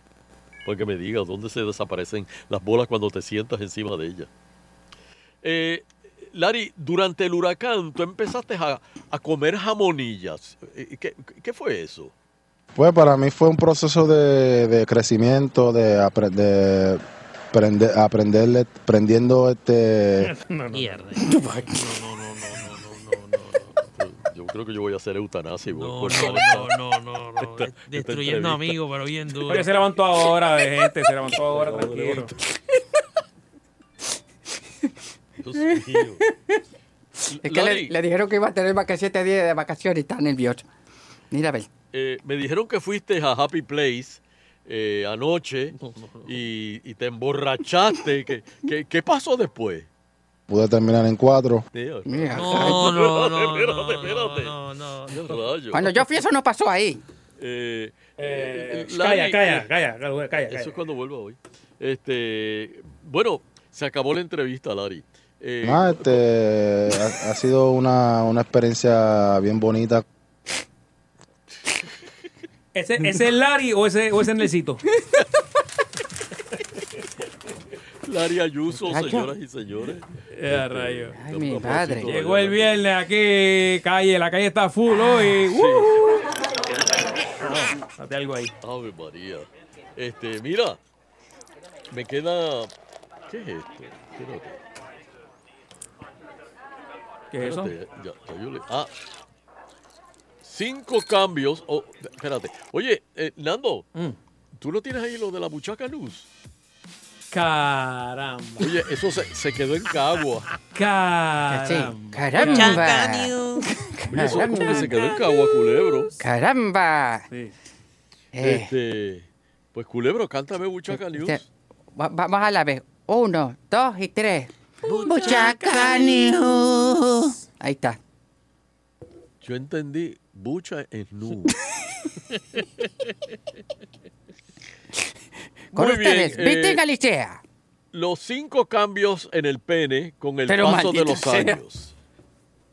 Speaker 18: para que me diga dónde se desaparecen las bolas cuando te sientas encima de ellas. Eh, Larry, durante el huracán tú empezaste a, a comer jamonillas. Eh, ¿Qué, qué fue eso?
Speaker 21: Pues para mí fue un proceso de, de crecimiento, de, apre- de prende- aprenderle, aprendiendo este
Speaker 22: Mierda.
Speaker 18: No, no, no, no, no, no, no. Yo creo que yo voy a hacer eutanasia. y voy a
Speaker 22: No,
Speaker 18: cortar
Speaker 22: no,
Speaker 18: esta-
Speaker 22: no, no, no, no.
Speaker 18: esta- esta
Speaker 22: Destruyendo
Speaker 18: entrevista.
Speaker 22: amigos, pero bien duro.
Speaker 4: Oye, se levantó ahora, eh, gente. Se levantó ahora, tranquilo.
Speaker 18: Dios mío.
Speaker 19: Es que le,
Speaker 18: Larry.
Speaker 19: le dijeron que iba a tener más que siete días de vacaciones y está nervioso. Mira, a ver.
Speaker 18: Eh, me dijeron que fuiste a Happy Place eh, anoche Y, y te emborrachaste. ¿Qué, qué, qué pasó después?
Speaker 21: pude terminar en cuatro.
Speaker 19: Mira.
Speaker 22: No, no, no,
Speaker 18: Espérate, espérate.
Speaker 22: no, no,
Speaker 18: Qué rayo.
Speaker 19: Cuando yo fui, eso no pasó ahí.
Speaker 18: Eh,
Speaker 4: Eh, calla,
Speaker 18: Larry,
Speaker 4: calla,
Speaker 18: eh,
Speaker 4: calla, calla, calla.
Speaker 18: Eso es cuando vuelva hoy. Este, bueno, se acabó la entrevista, Larry. Eh,
Speaker 21: Nada, Ah, este, ha, ha sido una, una experiencia bien bonita.
Speaker 4: ¿Ese, ese es Larry o ese, o ese es Nelsito?
Speaker 18: Larry Ayuso,
Speaker 4: Muchacho.
Speaker 18: señoras y señores.
Speaker 22: Eh,
Speaker 4: Ya, rayo. Ay,
Speaker 18: mi
Speaker 4: padre. Llegó el viernes aquí, calle, la calle está full
Speaker 19: Ah,
Speaker 4: hoy. Uh. Date algo ahí.
Speaker 18: Ave María. Este, mira, me queda. ¿Qué es esto? Espérate.
Speaker 4: ¿Qué es eso?
Speaker 18: Espérate, ya- ya yo le- Ah. Cinco cambios. oh, espérate. Oye, eh, Nando,
Speaker 4: Mm.
Speaker 18: ¿tú no tienes ahí lo de la muchaca luz?
Speaker 4: Caramba.
Speaker 18: Oye, eso se, se quedó en Cagua.
Speaker 4: Caramba.
Speaker 18: Oye, eso como que se quedó en Cagua, culebro.
Speaker 19: Caramba. Eh.
Speaker 18: Este, pues culebro, cántame muchaca luz.
Speaker 19: Te- Este, va- Vamos a la vez. Uno, dos y tres. Buchaca News. Ahí está.
Speaker 18: Yo entendí, bucha es nu.
Speaker 19: Con
Speaker 18: Muy bien,
Speaker 19: ustedes,
Speaker 18: eh,
Speaker 19: Viti Galicea.
Speaker 18: Los cinco cambios en el pene con el
Speaker 19: Pero
Speaker 18: paso de
Speaker 19: maldita
Speaker 18: los
Speaker 19: sea.
Speaker 18: años.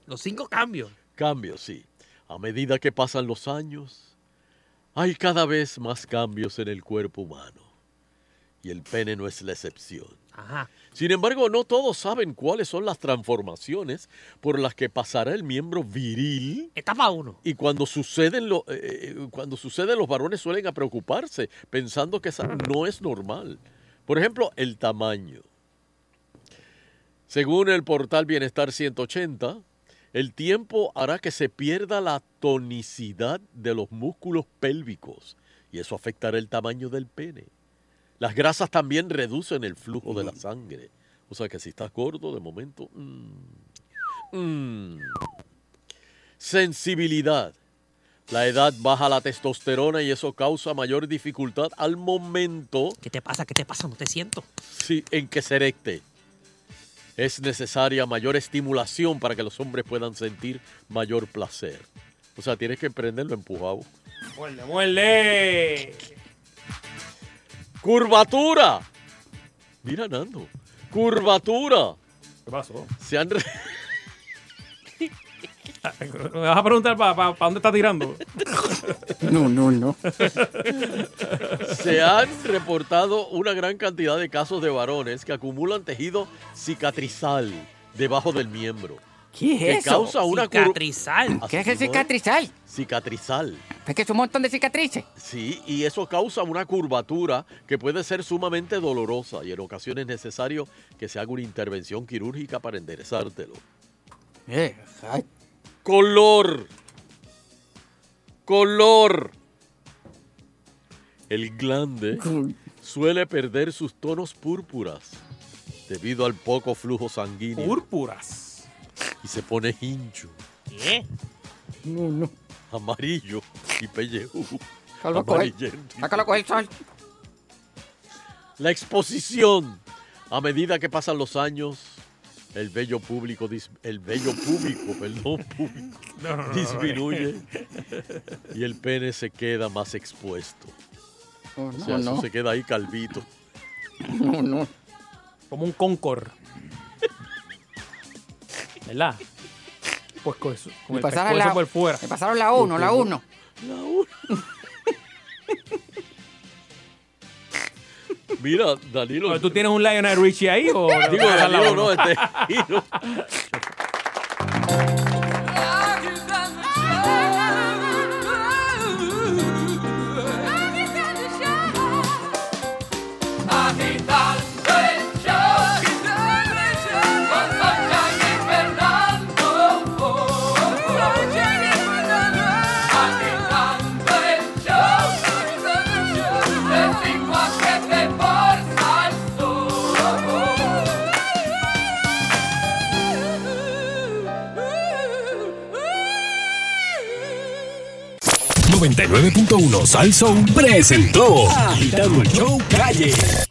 Speaker 22: Los cinco cambios.
Speaker 18: Cambios, sí. A medida que pasan los años, hay cada vez más cambios en el cuerpo humano. Y el pene no es la excepción.
Speaker 22: Ajá.
Speaker 18: Sin embargo, no todos saben cuáles son las transformaciones por las que pasará el miembro viril.
Speaker 22: Etapa 1.
Speaker 18: Y cuando suceden, lo- eh, eh, cuando sucede, los varones suelen a preocuparse, pensando que esa no es normal. Por ejemplo, el tamaño. Según el portal Bienestar 180, el tiempo hará que se pierda la tonicidad de los músculos pélvicos y eso afectará el tamaño del pene. Las grasas también reducen el flujo de la sangre. O sea que si estás gordo, de momento... mm, mm. Sensibilidad. La edad baja la testosterona y eso causa mayor dificultad al momento...
Speaker 22: ¿Qué te pasa? ¿Qué te pasa? No te siento.
Speaker 18: Sí, en que se erecte. Es necesaria mayor estimulación para que los hombres puedan sentir mayor placer. O sea, tienes que prenderlo empujado.
Speaker 4: Muerde, muerde.
Speaker 18: ¡Curvatura! Mira, Nando. ¡Curvatura!
Speaker 4: ¿Qué pasó?
Speaker 18: Se han... re-
Speaker 4: Me vas a preguntar para dónde está tirando.
Speaker 19: No, no, no.
Speaker 18: Se han reportado una gran cantidad de casos de varones que acumulan tejido cicatrizal debajo del miembro.
Speaker 19: ¿Qué es
Speaker 18: que
Speaker 19: eso?
Speaker 18: causa una cur-
Speaker 22: Cicatrizal.
Speaker 19: ¿Qué es el
Speaker 18: Así, ¿no?
Speaker 19: cicatrizal?
Speaker 18: Cicatrizal.
Speaker 19: Es que es un montón de cicatrices.
Speaker 18: Sí, y eso causa una curvatura que puede ser sumamente dolorosa y en ocasiones necesario que se haga una intervención quirúrgica para enderezártelo. Color. Color. El glande suele perder sus tonos púrpuras debido al poco flujo sanguíneo.
Speaker 4: Púrpuras.
Speaker 18: Y se pone hincho,
Speaker 22: ¿Qué?
Speaker 19: No, no.
Speaker 18: amarillo y pellejo.
Speaker 19: Sácalo a coger.
Speaker 18: amarillento y
Speaker 19: eh. Sácalo a coger sol.
Speaker 18: La exposición. A medida que pasan los años, el bello público, dis- el bello público, perdón, público,
Speaker 4: No, no, no, no.
Speaker 18: disminuye y el pene se queda más expuesto.
Speaker 19: Oh, No,
Speaker 18: o sea,
Speaker 19: no,
Speaker 18: eso
Speaker 19: no.
Speaker 18: se queda ahí calvito.
Speaker 19: No, no.
Speaker 4: Como un Concord. ¿Verdad? Pues con eso.
Speaker 19: Me
Speaker 4: Con el
Speaker 19: pasaron
Speaker 4: pescuezo
Speaker 19: la-
Speaker 4: por fuera.
Speaker 19: me pasaron la uno, la uno.
Speaker 18: La uno. Mira, Danilo.
Speaker 4: ¿Tú tienes un Lionel Richie ahí o.?
Speaker 18: Digo, Danilo, no, este.
Speaker 3: Agitando el show. Con Sunshine y Fernando. Agitando el show. De cinco a siete por Salsón.
Speaker 13: presentó Agitando el Show Calle.